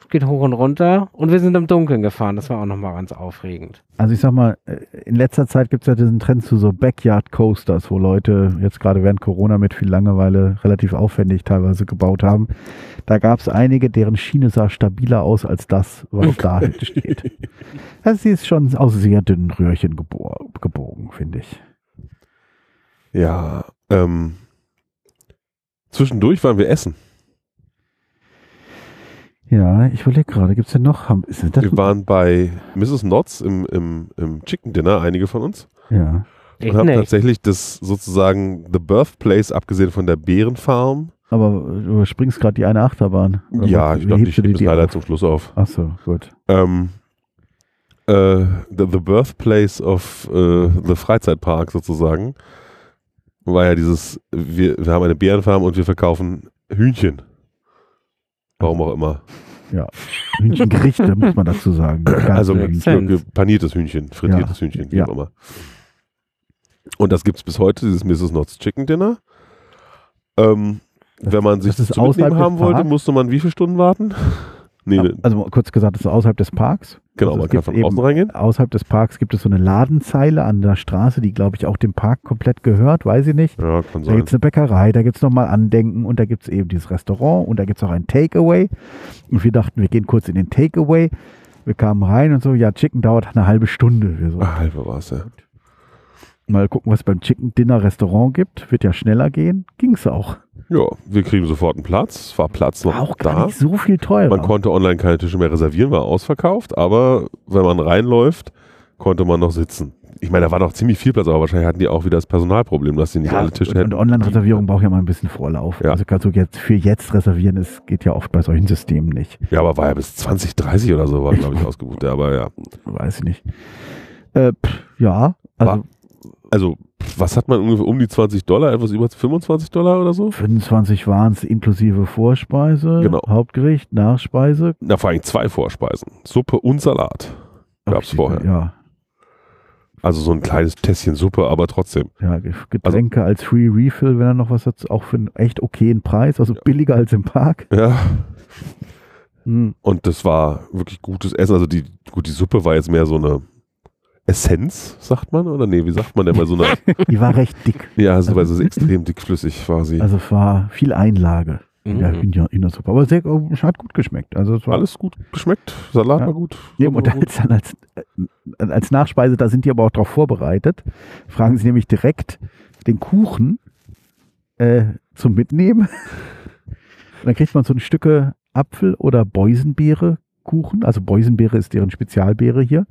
D: Es geht hoch und runter. Und wir sind im Dunkeln gefahren. Das war auch nochmal ganz aufregend.
B: Also ich sag mal, äh, in letzter Zeit gibt es ja diesen Trend zu so Backyard Coasters, wo Leute jetzt gerade während Corona mit viel Langeweile relativ aufwendig teilweise gebaut haben. Da gab es einige, deren Schiene sah stabiler aus als das, was
A: [laughs]
B: da halt steht. Also sie ist schon aus sehr dünnen Röhrchen gebor- gebogen, finde ich.
A: Ja, ähm. Zwischendurch waren wir essen.
B: Ja, ich überlege gerade, gibt es denn noch? Ham- Ist das
A: Wir waren bei Mrs. Notz im, im, im Chicken Dinner, einige von uns.
B: ja.
D: Ich
A: und haben
D: nicht.
A: tatsächlich das sozusagen The Birthplace, abgesehen von der Bärenfarm.
B: Aber du überspringst gerade die eine Achterbahn. Oder
A: ja,
B: was-
A: ich glaube, die
B: hebst du
A: steht bis leider
B: auf?
A: zum Schluss auf.
B: Ach so, gut.
A: Ähm, äh, the, the Birthplace of äh, the Freizeitpark sozusagen. War ja dieses, wir, wir haben eine Bärenfarm und wir verkaufen Hühnchen. Warum auch immer.
B: Hühnchengerichte, muss man
A: [laughs]
B: dazu sagen.
A: Also
D: Makes
A: mit
D: sense.
A: ge- paniertes Hühnchen, frittiertes
B: Ja.
A: Hühnchen, wie
B: Ja.
A: auch immer. Und das gibt es bis heute, dieses Mrs. Notts Chicken Dinner. Ähm,
B: Das-
A: wenn man sich
B: das
A: das,
B: ist
A: zu mitnehmen
B: außerhalb des
A: haben wollte,
B: Parks?
A: musste man wie viele Stunden warten? [laughs] Nee,
B: Ja,
A: ne,
B: Also kurz gesagt, das ist außerhalb des Parks.
A: genau,
B: also
A: man
B: es
A: kann
B: gibt
A: von
B: eben-
A: außen reingehen.
B: Außerhalb des Parks gibt es so eine Ladenzeile an der Straße, die, glaube ich, auch dem Park komplett gehört, weiß ich nicht.
A: Ja, kann
B: Da
A: sein.
B: gibt es eine Bäckerei, da gibt es nochmal Andenken und da gibt es eben dieses Restaurant und da gibt es auch ein Takeaway. Und wir dachten, wir gehen kurz in den Takeaway. Wir kamen rein und so, ja, Chicken dauert eine halbe Stunde. Wir so,
A: Ah, halbe war es, ja.
B: mal gucken, was es beim Chicken Dinner Restaurant gibt. Wird ja schneller gehen. Ging's auch.
A: Ja, wir kriegen sofort einen Platz. War Platz noch
B: War auch gar
A: da.
B: nicht so viel teurer.
A: Man konnte online keine Tische mehr reservieren, war ausverkauft, aber wenn man reinläuft, konnte man noch sitzen. Ich meine, da war noch ziemlich viel Platz, aber wahrscheinlich hatten die auch wieder das Personalproblem, dass sie nicht
B: ja,
A: alle Tische
B: und,
A: hätten.
B: und Online-Reservierung braucht ja mal ein bisschen Vorlauf.
A: Ja.
B: Also kannst du jetzt für jetzt reservieren, es geht ja oft bei solchen Systemen nicht.
A: Ja, aber war ja bis 2030 oder so, war glaube ich ausgebucht. Ja, aber ja.
B: weiß ich nicht. Äh, pff, ja, also
A: Also, pff, was hat man ungefähr um die 20 Dollar, etwas über 25 Dollar oder so?
B: 25 waren es inklusive Vorspeise,
A: Genau.
B: Hauptgericht, Nachspeise.
A: Na, vor allem zwei Vorspeisen. Suppe und Salat. Gab's
B: Ach,
A: vorher.
B: Ja,
A: Also so ein kleines Tässchen Suppe, aber trotzdem.
B: ja, Ge- Getränke
A: Also-
B: als Free Refill, wenn er noch was hat, auch für einen echt okayen Preis, also billiger als im Park.
A: Ja.
B: Hm,
A: Und das war wirklich gutes Essen. Also die, gut, die Suppe war jetzt mehr so eine Essenz, sagt man, oder? Nee, wie sagt man denn bei so
B: [laughs]
A: einer.
B: Die war recht dick.
A: [laughs] ja, also, weil es ist extrem dickflüssig quasi.
B: Also es war viel Einlage in der,
D: Mhm.
B: in der, in der Suppe. Aber sehr, oh, hat gut geschmeckt. Also es war
A: Alles gut geschmeckt, Salat
B: Ja.
A: war gut.
B: Eben, und
A: Suppe war
B: als, dann als, äh, als Nachspeise, da sind die aber auch darauf vorbereitet, fragen sie nämlich direkt den Kuchen äh, zum Mitnehmen. [laughs] Und dann kriegt man so ein Stücke Apfel- oder Boysenbeere-Kuchen. Also Boysenbeere ist deren Spezialbeere hier.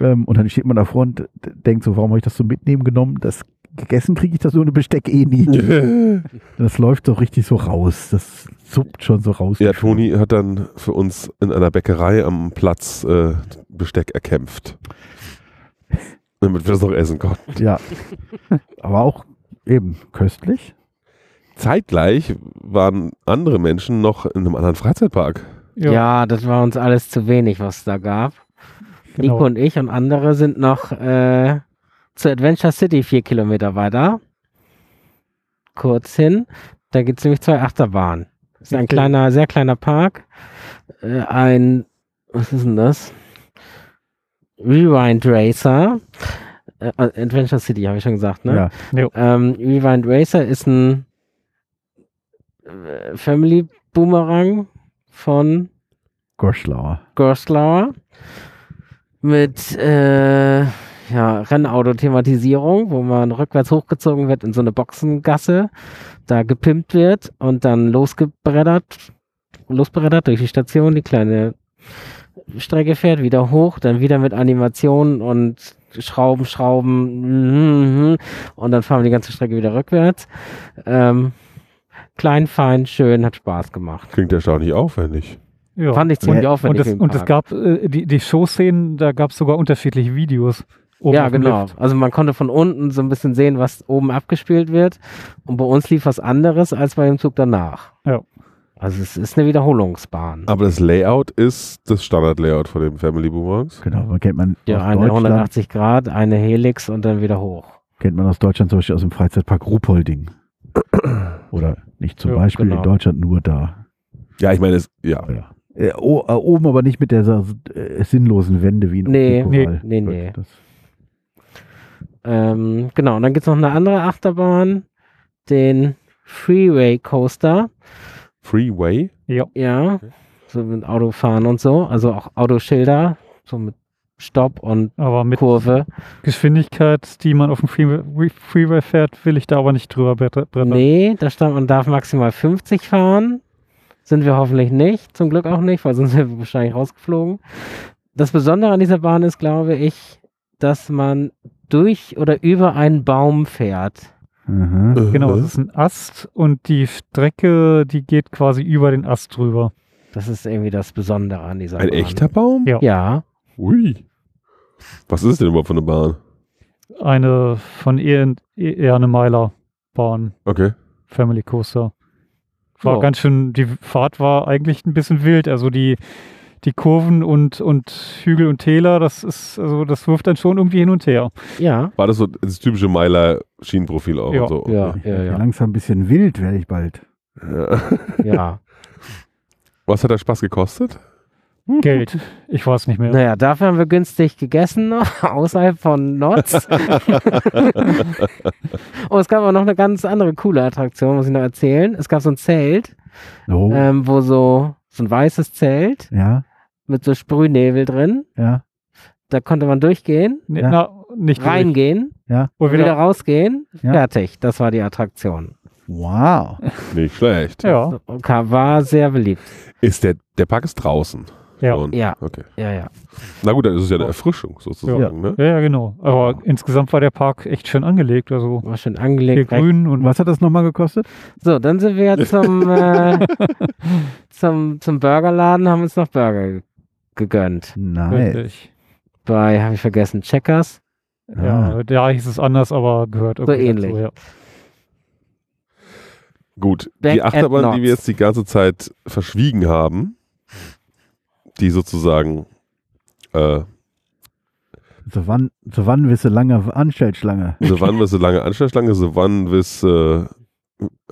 B: Ähm, und dann steht man davor und d- denkt so, warum habe ich das zum Mitnehmen genommen? Das gegessen kriege ich das ohne Besteck eh
A: [laughs]
B: nie.
A: gut.
B: Das läuft doch richtig so raus. Das suppt schon so raus.
A: Ja, Toni hat dann für uns in einer Bäckerei am Platz äh, Besteck
C: [laughs]
A: erkämpft. Damit wir das noch essen konnten.
D: [laughs]
B: Ja. Aber auch eben köstlich.
A: Zeitgleich waren andere Menschen noch in einem anderen Freizeitpark.
D: ja, das war uns alles zu wenig, was es da gab.
C: Genau.
D: Nico und ich und andere sind noch äh, zur Adventure City vier Kilometer weiter. Kurz hin. Da gibt es nämlich zwei Achterbahnen. Das ist ein
C: Okay.
D: kleiner, sehr kleiner Park. Äh, ein, was ist denn das? Rewind Racer. Äh, Adventure City, habe ich schon gesagt, ne?
B: Ja.
D: Ähm, Rewind Racer ist ein äh, Family Boomerang von
B: Gorschlauer.
D: Gorslauer mit äh, ja, Rennauto-Thematisierung, wo man rückwärts hochgezogen wird in so eine Boxengasse, da gepimpt wird und dann losgebreddert, losbreddert durch die Station, die kleine Strecke fährt, wieder hoch, dann wieder mit Animationen und Schrauben, Schrauben mhm, mhm, und dann fahren wir die ganze Strecke wieder rückwärts. Ähm, klein, fein, schön, hat Spaß gemacht.
A: Klingt erstaunlich aufwendig.
C: Ja.
D: Fand ich ziemlich
B: Ja,
D: aufwendig.
C: und, es,
D: für den
C: und es
D: Park.
C: gab äh, die, die Showszenen, da gab es sogar unterschiedliche Videos. oben
D: Ja,
C: auf dem
D: genau.
C: Lift.
D: Also man konnte von unten so ein bisschen sehen, was oben abgespielt wird. Und bei uns lief was anderes als bei dem Zug danach.
C: Ja.
D: Also es ist eine Wiederholungsbahn.
A: Aber das Layout ist das Standard-Layout von dem Family Boomerangs.
B: Genau, man kennt man
D: Ja,
B: aus
D: eine
B: Deutschland.
D: 180 Grad, eine Helix und dann wieder hoch.
B: Kennt man aus Deutschland zum Beispiel aus dem Freizeitpark
D: [coughs]
B: Ruhpolding. Oder nicht zum
C: Ja,
B: Beispiel
D: genau.
B: in Deutschland nur da.
A: Ja, ich meine, es, ja.
B: Ja. Äh, o, äh, oben aber nicht mit der sa- äh, sinnlosen Wende wie in
D: Nee,
B: Optikonal.
D: nee, nee, nee.
B: Das,
D: Ähm, genau, und dann gibt es noch eine andere Achterbahn, den Freeway Coaster.
A: Freeway.
C: Ja.
D: Ja, so mit Autofahren und so. Also auch Autoschilder, so mit Stopp und
C: Aber mit
D: Kurve.
C: Geschwindigkeit, die man auf dem Freeway, Freeway fährt, will ich da aber nicht drüber bretter- brettern.
D: Nee, da stand, man darf maximal 50 fahren. Sind wir hoffentlich nicht, zum Glück auch nicht, weil sonst [laughs] wären wir wahrscheinlich rausgeflogen. Das Besondere an dieser Bahn ist, glaube ich, dass man durch oder über einen Baum fährt.
B: aha.
C: Genau,
A: Mhm. Äh,
C: es ist ein Ast und die Strecke, die geht quasi über den Ast drüber.
D: Das ist irgendwie das Besondere an dieser
A: Ein
D: Bahn.
A: echter Baum?
C: Ja.
D: Ja,
A: Ui. Was ist es denn überhaupt für eine Bahn?
C: Eine von Erne Meiler Bahn,
A: Okay.
C: Family Coaster. War
D: Ja.
C: ganz schön, die Fahrt war eigentlich ein bisschen wild. Also die, die Kurven und, und Hügel und Täler, das ist, also das wirft dann schon irgendwie hin und her.
D: ja,
A: War das so das typische Meiler-Schienenprofil auch
C: Ja.
A: und so?
D: ja,
A: Okay. [laughs]
D: ja, ja.
B: Langsam ein bisschen wild werde ich bald.
A: Ja.
D: ja.
A: Was hat der Spaß gekostet?
D: Hm.
C: Geld, ich weiß nicht mehr.
D: Naja, dafür haben wir günstig gegessen, noch, [laughs] außerhalb von Notz.
A: [laughs]
D: oh, es gab aber noch eine ganz andere coole Attraktion, muss ich noch erzählen. Es gab so ein Zelt.
B: Oh.
D: ähm, wo so, so ein weißes Zelt
B: ja,
D: mit so Sprühnebel drin.
B: ja.
D: Da konnte man durchgehen,
C: Nee,
B: Ja.
C: Na, nicht durch.
D: reingehen,
C: Und
D: wieder
C: wieder,
D: rausgehen,
B: Ja.
D: fertig. Das war die Attraktion.
B: Wow.
A: Nicht schlecht.
C: ja,
D: Okay, war sehr beliebt.
A: Ist der, der Park ist draußen.
C: ja.
A: Schon.
D: Ja,
A: Okay.
D: ja, ja.
A: Na gut, dann ist es ja eine Erfrischung sozusagen. Ne?
C: Ja, ja, genau. Aber insgesamt war der Park echt schön angelegt. Also
D: War schön
C: viel
D: angelegt.
C: grün und
B: Und was hat das nochmal gekostet?
D: So, dann sind wir zum, äh, zum, zum Burgerladen, haben uns noch Burger gegönnt.
B: Nein.
C: richtig.
D: Bei, habe ich vergessen, Checkers.
B: Ah.
C: Ja, da hieß es anders, aber gehört irgendwie
D: ähnlich.
C: Dazu, ja.
A: Gut.
D: Back
A: die
D: at
A: Achterbahn, die wir
D: Knots.
A: jetzt die ganze Zeit verschwiegen haben, die sozusagen äh,
B: So wann, so wann wisse lange Anstellschlange.
C: [laughs]
A: The One with the lange Anschlagschlange, The One with äh,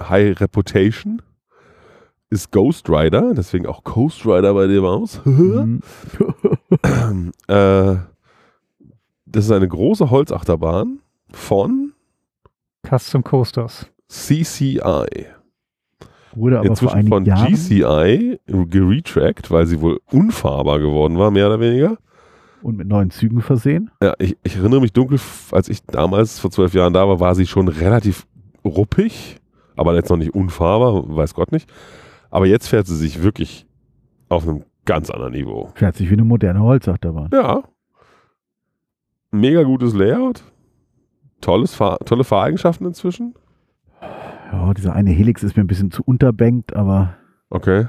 A: High Reputation ist Ghost Rider, deswegen auch Ghost Rider bei dem aus. [laughs]
B: Mhm.
A: äh, das ist eine große Holzachterbahn von
C: Custom Coasters.
A: CCI.
B: Wurde aber vor
A: Inzwischen
B: einigen
A: von
B: Jahren.
A: GCI geretrackt, weil sie wohl unfahrbar geworden war, mehr oder weniger.
B: und mit neuen Zügen versehen.
A: Ja, ich, ich erinnere mich dunkel, f- als ich damals vor zwölf Jahren da war, war sie schon relativ ruppig, aber jetzt noch nicht unfahrbar, weiß Gott nicht. Aber jetzt fährt sie sich wirklich auf einem ganz anderen Niveau.
B: Fährt sich wie eine moderne Holzachterbahn.
A: Ja. Mega gutes Layout. Tolles Fahr tolle Fahreigenschaften inzwischen.
B: Ja, dieser eine Helix ist mir ein bisschen zu unterbankt, aber
A: Okay.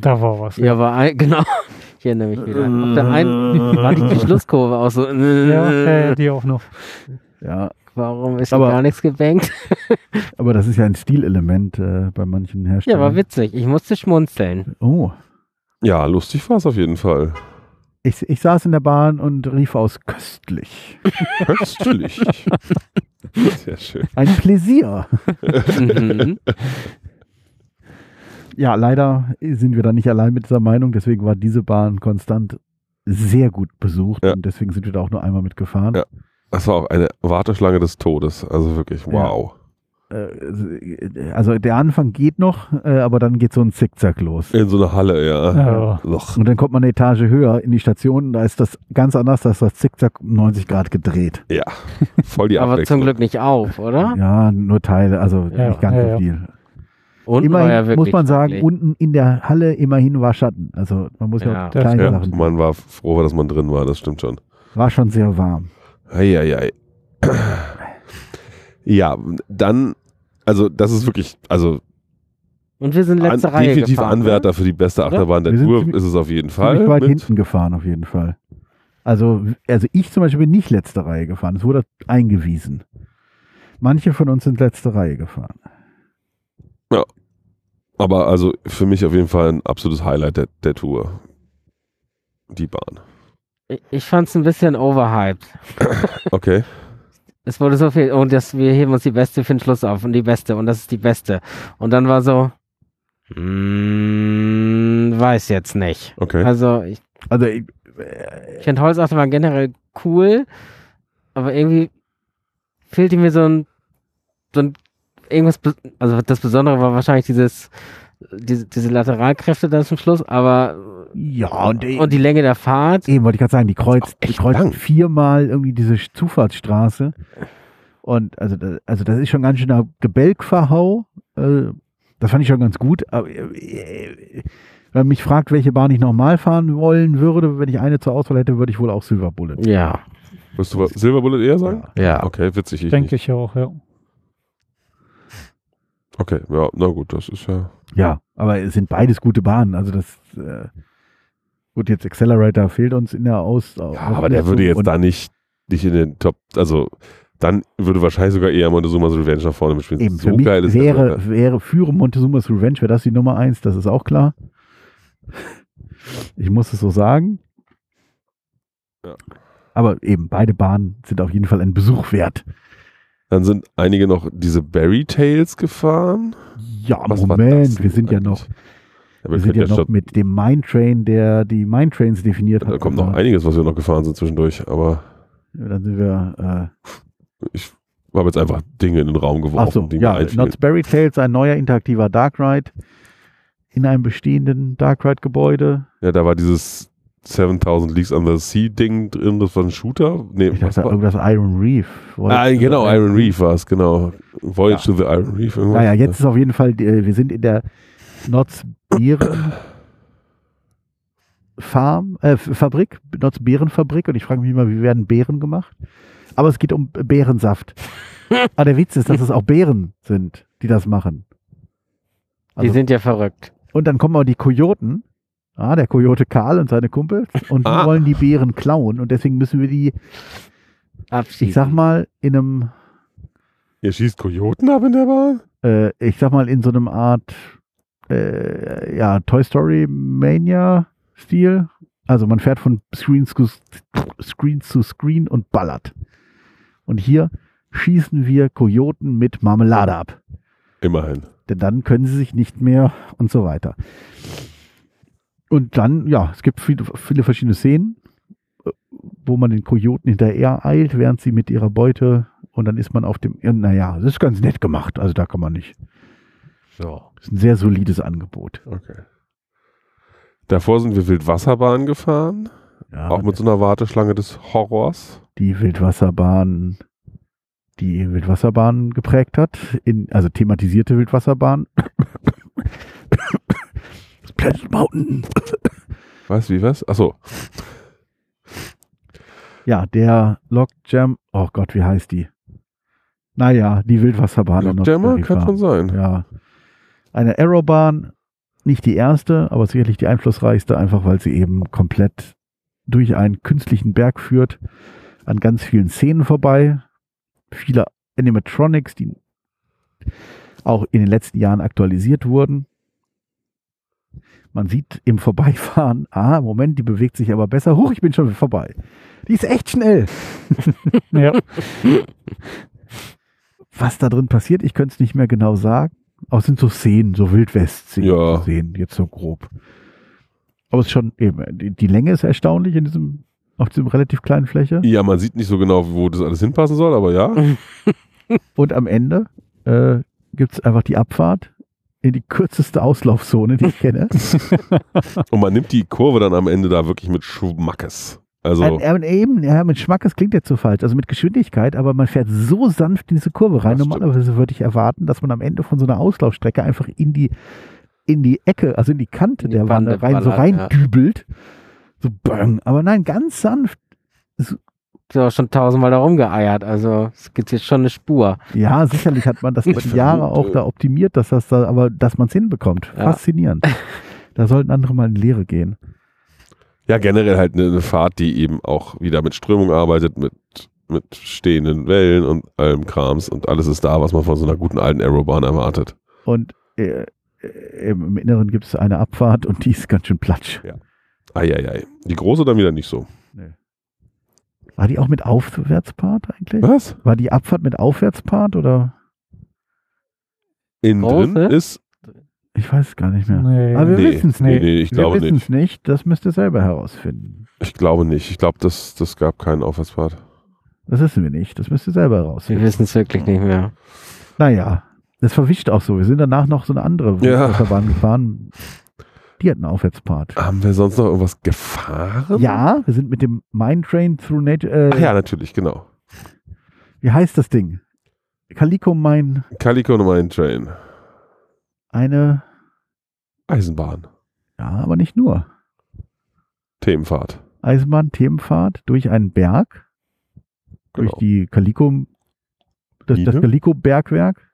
C: Da war was.
D: Ja, war ein, [laughs] genau. Hier nämlich wieder. Auf der einen war die Schlusskurve auch so.
C: Ja, äh, die auch noch.
B: ja,
D: [laughs] Warum ist
B: Aber-
D: hier gar nichts gebankt?
B: aber das ist ja ein Stilelement äh, bei manchen
D: Ja,
A: Mhm.
B: Herstellern.
D: war witzig. Ich musste schmunzeln.
B: Oh,
A: Ja, lustig war es auf jeden Fall. [laughs]
B: Ich, ich saß in der Bahn und rief aus köstlich. [laughs]
A: Köstlich. Sehr schön.
B: Ein Pläsier.
D: Mhm.
B: Ja, leider sind wir da nicht allein mit dieser Meinung. Deswegen war diese Bahn konstant sehr gut besucht
A: Ja.
B: und deswegen sind wir da auch nur einmal mitgefahren.
A: Ja. Das war auch eine Warteschlange des Todes. Also wirklich, wow.
B: Äh, Also der Anfang geht noch, äh, aber dann geht so ein Zickzack los.
A: In so einer Halle, ja.
C: Ja.
A: Loch.
B: Und dann kommt man eine Etage höher in die Station, da ist das ganz anders, da ist das Zickzack um 90 Grad gedreht.
A: Ja. Voll [laughs] die
D: [laughs] Aber zum
A: Abwechslung.
D: Glück nicht auf, oder?
B: Ja, nur Teile, also
C: Ja,
B: nicht ganz
C: ja,
B: so
C: ja.
B: viel.
D: Unten
B: immerhin
D: war ja wirklich
B: muss man sagen,
D: eklig.
B: unten in der Halle immerhin war Schatten. Also man muss ja,
D: Ja.
B: auch kleine
A: Ja,
B: Sachen.
A: man war froh, dass man drin war, das stimmt schon.
B: War schon sehr warm.
A: Eieiei. [clears throat] Ja, dann, also das ist wirklich, also
D: und wir sind
A: an,
D: letzte Reihe
A: definitiv
D: gefahren. ne?
A: Anwärter für die beste Achterbahn der
B: Wir sind
A: Tour
B: ziemlich-
A: ist es auf jeden Fall.
B: Ziemlich weit
A: mit-
B: hinten gefahren auf jeden Fall. Also, also ich zum Beispiel bin nicht letzte Reihe gefahren. Es wurde eingewiesen. Manche von uns sind letzte Reihe gefahren.
A: Aber also für mich auf jeden Fall ein absolutes Highlight der, der Tour. Die Bahn.
D: Ich- Ich fand es ein bisschen overhyped.
A: Okay.
D: Es wurde so viel, und das, wir heben uns die Beste für den Schluss auf und die Beste und das ist die Beste. Und dann war so, mm, weiß jetzt nicht.
A: Okay.
D: Also ich,
B: Also ich,
D: ich finde Holzachterbahn generell cool, aber irgendwie fehlte mir so ein, so ein irgendwas, Bes- also das Besondere war wahrscheinlich dieses, diese, diese Lateralkräfte dann zum Schluss, aber
B: ja, Oh, und, ich-
D: und die Länge der Fahrt,
B: eben wollte ich gerade sagen, die kreuzt,
A: echt
B: die kreuzt
A: lang.
B: viermal irgendwie diese Sch- Zufahrtsstraße. Und also, da- also das ist schon ganz schöner Gebälkverhau. Äh, Das fand ich schon ganz gut. Aber äh, wenn man mich fragt, welche Bahn ich nochmal fahren wollen würde, wenn ich eine zur Auswahl hätte, würde ich wohl auch Silver Bullet.
D: ja,
A: Willst du was- Silver Bullet eher sagen?
D: ja.
A: Okay, witzig. Ich
C: Denke
A: nicht.
C: ich auch, ja.
A: Okay, ja, na gut, das ist ja.
B: Ja, aber es sind beides gute Bahnen. Also das äh, gut, jetzt Accelerator fehlt uns in der Aus.
A: Ja, aber der würde jetzt
B: und,
A: da nicht, nicht in den Top, also dann würde wahrscheinlich sogar eher Montezuma's Revenge nach vorne mitspielen.
B: eben
A: so
B: für mich
A: geil ist
B: wäre,
A: das.
B: wäre für Montezumas Revenge wäre das die Nummer eins. Das ist auch klar. Ich muss es so sagen.
A: Ja.
B: Aber eben beide Bahnen sind auf jeden Fall ein Besuch wert.
A: Dann sind einige noch diese Berry Tales gefahren.
B: Ja,
A: Was war das
B: Moment, wir
A: denn
B: sind ja
A: eigentlich?
B: noch,
A: Ja,
B: wir sind
A: könnten
B: ja noch
A: statt-
B: mit dem Mine Train, der die Mine Trains definiert hat.
A: da kommt noch
B: Also,
A: einiges, was wir noch gefahren sind zwischendurch, aber
B: Dann sind wir äh,
A: ich habe jetzt einfach Dinge in den Raum geworfen,
B: Ach so,
A: die mir
B: ja,
A: einfielen.
B: Knott's Berry Tales, ein neuer interaktiver Dark Ride in einem bestehenden Dark Ride Gebäude.
A: Ja, da war dieses 7000 Leagues Under the Sea Ding drin, das war ein Shooter. Nee,
B: Ich
A: was
B: dachte,
A: war?
B: irgendwas Iron Reef. Wollte-
A: Ah, genau,
B: Äh,
A: Iron Reef war es, genau. Voyage to the Iron Reef. irgendwas.
B: Naja, jetzt ist auf jeden Fall, äh, wir sind in der Knott's Beeren Farm, äh, F- Fabrik, Knott's Beerenfabrik und ich frage mich immer, wie werden Beeren gemacht? Aber es geht um Beerensaft. Aber der Witz ist, dass es auch Beeren sind, die das machen.
D: die sind ja verrückt.
B: Und dann kommen auch die Kojoten. Ah, der Kojote Karl und seine Kumpels. Und die
A: Ah.
B: wollen die Bären klauen. Und deswegen müssen wir die,
D: Abschied.
B: ich sag mal, in einem,
A: Ihr schießt Kojoten ab in der Bahn?
B: äh, ich sag mal, in so einem Art, äh, ja, Toy Story Mania Stil. Also man fährt von Screen zu, Screen zu Screen und ballert. Und hier schießen wir Kojoten mit Marmelade ab.
A: Immerhin.
B: denn dann können sie sich nicht mehr und so weiter. Und dann, ja, es gibt viele, viele verschiedene Szenen, äh, wo man den Kojoten hinterher eilt, während sie mit ihrer Beute und dann ist man auf dem, ja, naja, das ist ganz nett gemacht, also da kann man nicht.
A: Ja.
B: Das ist ein sehr solides Angebot.
A: Okay. Davor sind wir Wildwasserbahn gefahren,
B: Ah, Ja,
A: auch mit so einer Warteschlange des Horrors.
B: die Wildwasserbahn, die Wildwasserbahn geprägt hat, in, also thematisierte Wildwasserbahn. [coughs] Planet Mountain.
A: Was, wie was? Achso,
B: Ja, der Logjam, oh Gott, wie heißt die? Naja, die Wildwasserbahn. in
A: Lockjammer?
B: Nordderry
A: Kann schon
B: Farm.
A: sein.
B: Ja. Eine Aerobahn, nicht die erste, aber sicherlich die einflussreichste, einfach weil sie eben komplett durch einen künstlichen Berg führt, an ganz vielen Szenen vorbei, viele Animatronics, die auch in den letzten Jahren aktualisiert wurden. Man sieht im Vorbeifahren, ah, Moment, die bewegt sich aber besser. Huch, ich bin schon vorbei. Die ist echt schnell.
C: Ja.
B: Was da drin passiert, ich könnte es nicht mehr genau sagen. Aber es sind so Szenen, so Wildwest-Szenen,
A: Ja.
B: so Szenen, jetzt so grob. Aber es ist schon eben, die, die Länge ist erstaunlich in diesem, auf diesem relativ kleinen Fläche.
A: Ja, man sieht nicht so genau, wo das alles hinpassen soll, aber
B: [laughs]
A: ja.
B: Und am Ende äh, gibt es einfach die Abfahrt in die kürzeste Auslaufzone, die ich kenne.
A: Und man nimmt die Kurve dann am Ende da wirklich mit Schmackes. Also,
B: Ähm, ähm, eben, ja, mit Schmackes klingt jetzt so falsch, also mit Geschwindigkeit, aber man fährt so sanft in diese Kurve rein.
A: Das stimmt.
B: Normalerweise würde ich erwarten, dass man am Ende von so einer Auslaufstrecke einfach in die, in die Ecke, also in die Kante
D: In die
B: der Wanne
D: Bande
B: rein, so
D: ballert,
B: reindübelt. So bang. Aber nein, ganz sanft.
D: Ich bin auch schon tausendmal da rumgeeiert. Also es gibt jetzt schon eine Spur.
B: Ja, sicherlich hat man das über die
D: [laughs]
A: vermute-
B: Jahre auch da optimiert, dass das da, aber dass man es hinbekommt.
D: Ja. [laughs]
B: Faszinierend. Da sollten andere mal in die Lehre gehen.
A: ja, generell halt eine, eine Fahrt, die eben auch wieder mit Strömung arbeitet, mit, mit stehenden Wellen und allem Krams und alles ist da, was man von so einer guten alten Aerobahn erwartet.
B: Und äh, äh, im Inneren gibt es eine Abfahrt und die ist ganz schön platsch.
A: Eieiei. Die große dann wieder nicht so.
B: War die auch mit Aufwärtspart eigentlich?
A: Was?
B: War die Abfahrt mit Aufwärtspart oder?
A: Innen
D: Große?
A: drin ist.
B: Ich weiß es gar nicht mehr.
C: [laughs] Nee.
B: Aber wir
A: Nee,
B: wissen es nicht.
A: nee, ich
B: wir
A: glaube
B: wissen's nicht. Das müsst ihr selber herausfinden.
A: Ich glaube nicht. Ich glaube, das, das gab keinen Aufwärtspfad.
B: Das wissen wir nicht. Das müsst ihr selber
D: Wir
B: herausfinden.
D: wissen es wirklich nicht mehr.
B: Naja, das verwischt auch so. Wir sind danach noch so eine andere
A: Ja.
B: Autobahn gefahren. Die hat einen Aufwärtspart.
A: Haben wir sonst noch irgendwas gefahren?
B: Ja, wir sind mit dem Mine Train Through Nature. Äh,
A: Ach ja, natürlich, genau.
B: Wie heißt das Ding? Calico Mine,
A: Calico und Mine Train.
B: eine.
A: Eisenbahn.
B: Ja, aber nicht nur.
A: Themenfahrt.
B: Eisenbahn-Themenfahrt durch einen Berg,
A: Genau.
B: durch die Calico, das, das
A: Mine?
B: Calico-Bergwerk.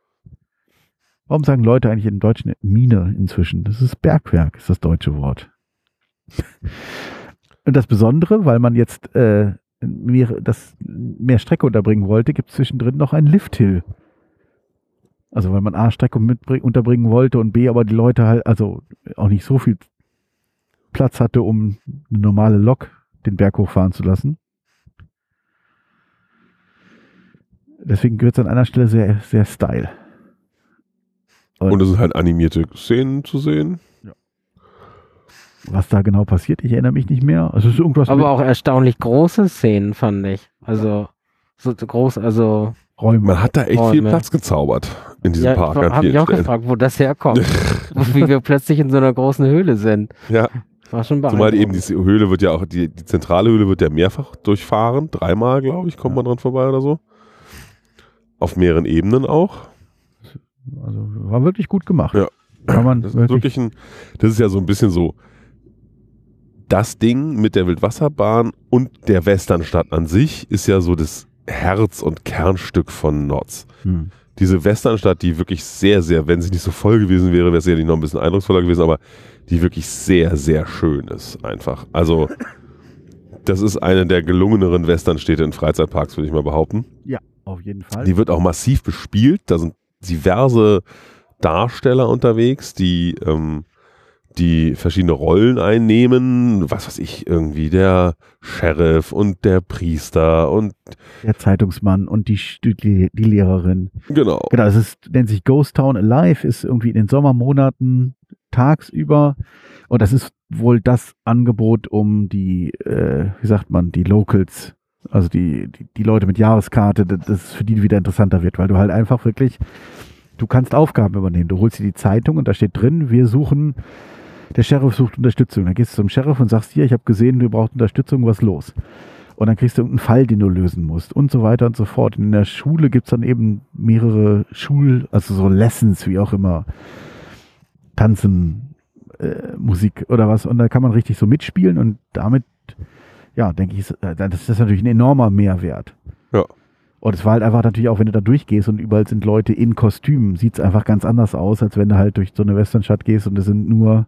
B: Warum sagen Leute eigentlich im Deutschen Mine inzwischen? Das ist Bergwerk, ist das deutsche Wort. Und das Besondere, weil man jetzt äh, mehr, das, mehr Strecke unterbringen wollte, gibt es zwischendrin noch einen Lifthill. Also weil man A Strecke mitbring- unterbringen wollte und B aber die Leute halt, also auch nicht so viel Platz hatte, um eine normale Lok den Berg hochfahren zu lassen. Deswegen gehört es an einer Stelle sehr, sehr Style.
A: Und es sind halt animierte Szenen zu sehen.
B: Was da genau passiert, ich erinnere mich nicht mehr. Also es ist irgendwas
D: Aber
B: mit
D: auch erstaunlich große Szenen, fand ich. Also so groß, also
B: Räumen.
A: Man hat da echt
D: Oh,
A: viel
D: ne.
A: Platz gezaubert in diesem
D: ja,
A: Park an
D: habe ich
A: vielen
D: auch
A: Stellen.
D: gefragt, wo das
A: [laughs]
D: herkommt. wie wir plötzlich in so einer großen Höhle sind.
A: Ja,
D: War halt schon
A: zumal eben
D: beeindruckend.
A: diese Höhle wird ja auch, die, die zentrale Höhle wird ja mehrfach durchfahren. Dreimal, glaube ich, kommt man dran vorbei oder so. Auf mehreren Ebenen auch.
B: Also war wirklich gut gemacht.
A: Ja.
B: Kann man
A: Das ist
B: wirklich,
A: wirklich ein, das ist ja so ein bisschen so das Ding mit der Wildwasserbahn und der Westernstadt an sich ist ja so das Herz und Kernstück von Notz.
B: Hm.
A: diese Westernstadt, die wirklich sehr, sehr, wenn sie nicht so voll gewesen wäre, wäre es sicherlich noch ein bisschen eindrucksvoller gewesen, aber die wirklich sehr, sehr schön ist einfach. Also das ist eine der gelungeneren Westernstädte in Freizeitparks, würde ich mal behaupten.
B: auf jeden Fall.
A: Die wird auch massiv bespielt. Da sind diverse Darsteller unterwegs, die, ähm, die verschiedene Rollen einnehmen. Was weiß ich, irgendwie der Sheriff und der Priester und
B: der Zeitungsmann und die, Stu- die, die Lehrerin.
A: genau.
B: Genau, es ist, nennt sich Ghost Town Alive, ist irgendwie in den Sommermonaten tagsüber. Und das ist wohl das Angebot, um die, äh, wie sagt man, die Locals, also die, die, die Leute mit Jahreskarte, das das ist für die wieder interessanter wird, weil du halt einfach wirklich, du kannst Aufgaben übernehmen. Du holst dir die Zeitung und da steht drin, wir suchen, der Sheriff sucht Unterstützung. Dann gehst du zum Sheriff und sagst, hier, ich habe gesehen, du brauchst Unterstützung, was los? Und dann kriegst du irgendeinen Fall, den du lösen musst und so weiter und so fort. Und in der Schule gibt's dann eben mehrere Schul-, also so Lessons, wie auch immer. Tanzen, äh, Musik oder was. Und da kann man richtig so mitspielen und damit, ja, denke ich, ist, äh, das ist natürlich ein enormer Mehrwert.
A: Ja.
B: Und es war halt einfach natürlich auch, wenn du da durchgehst und überall sind Leute in Kostümen, sieht's einfach ganz anders aus, als wenn du halt durch so eine Westernstadt gehst und es sind nur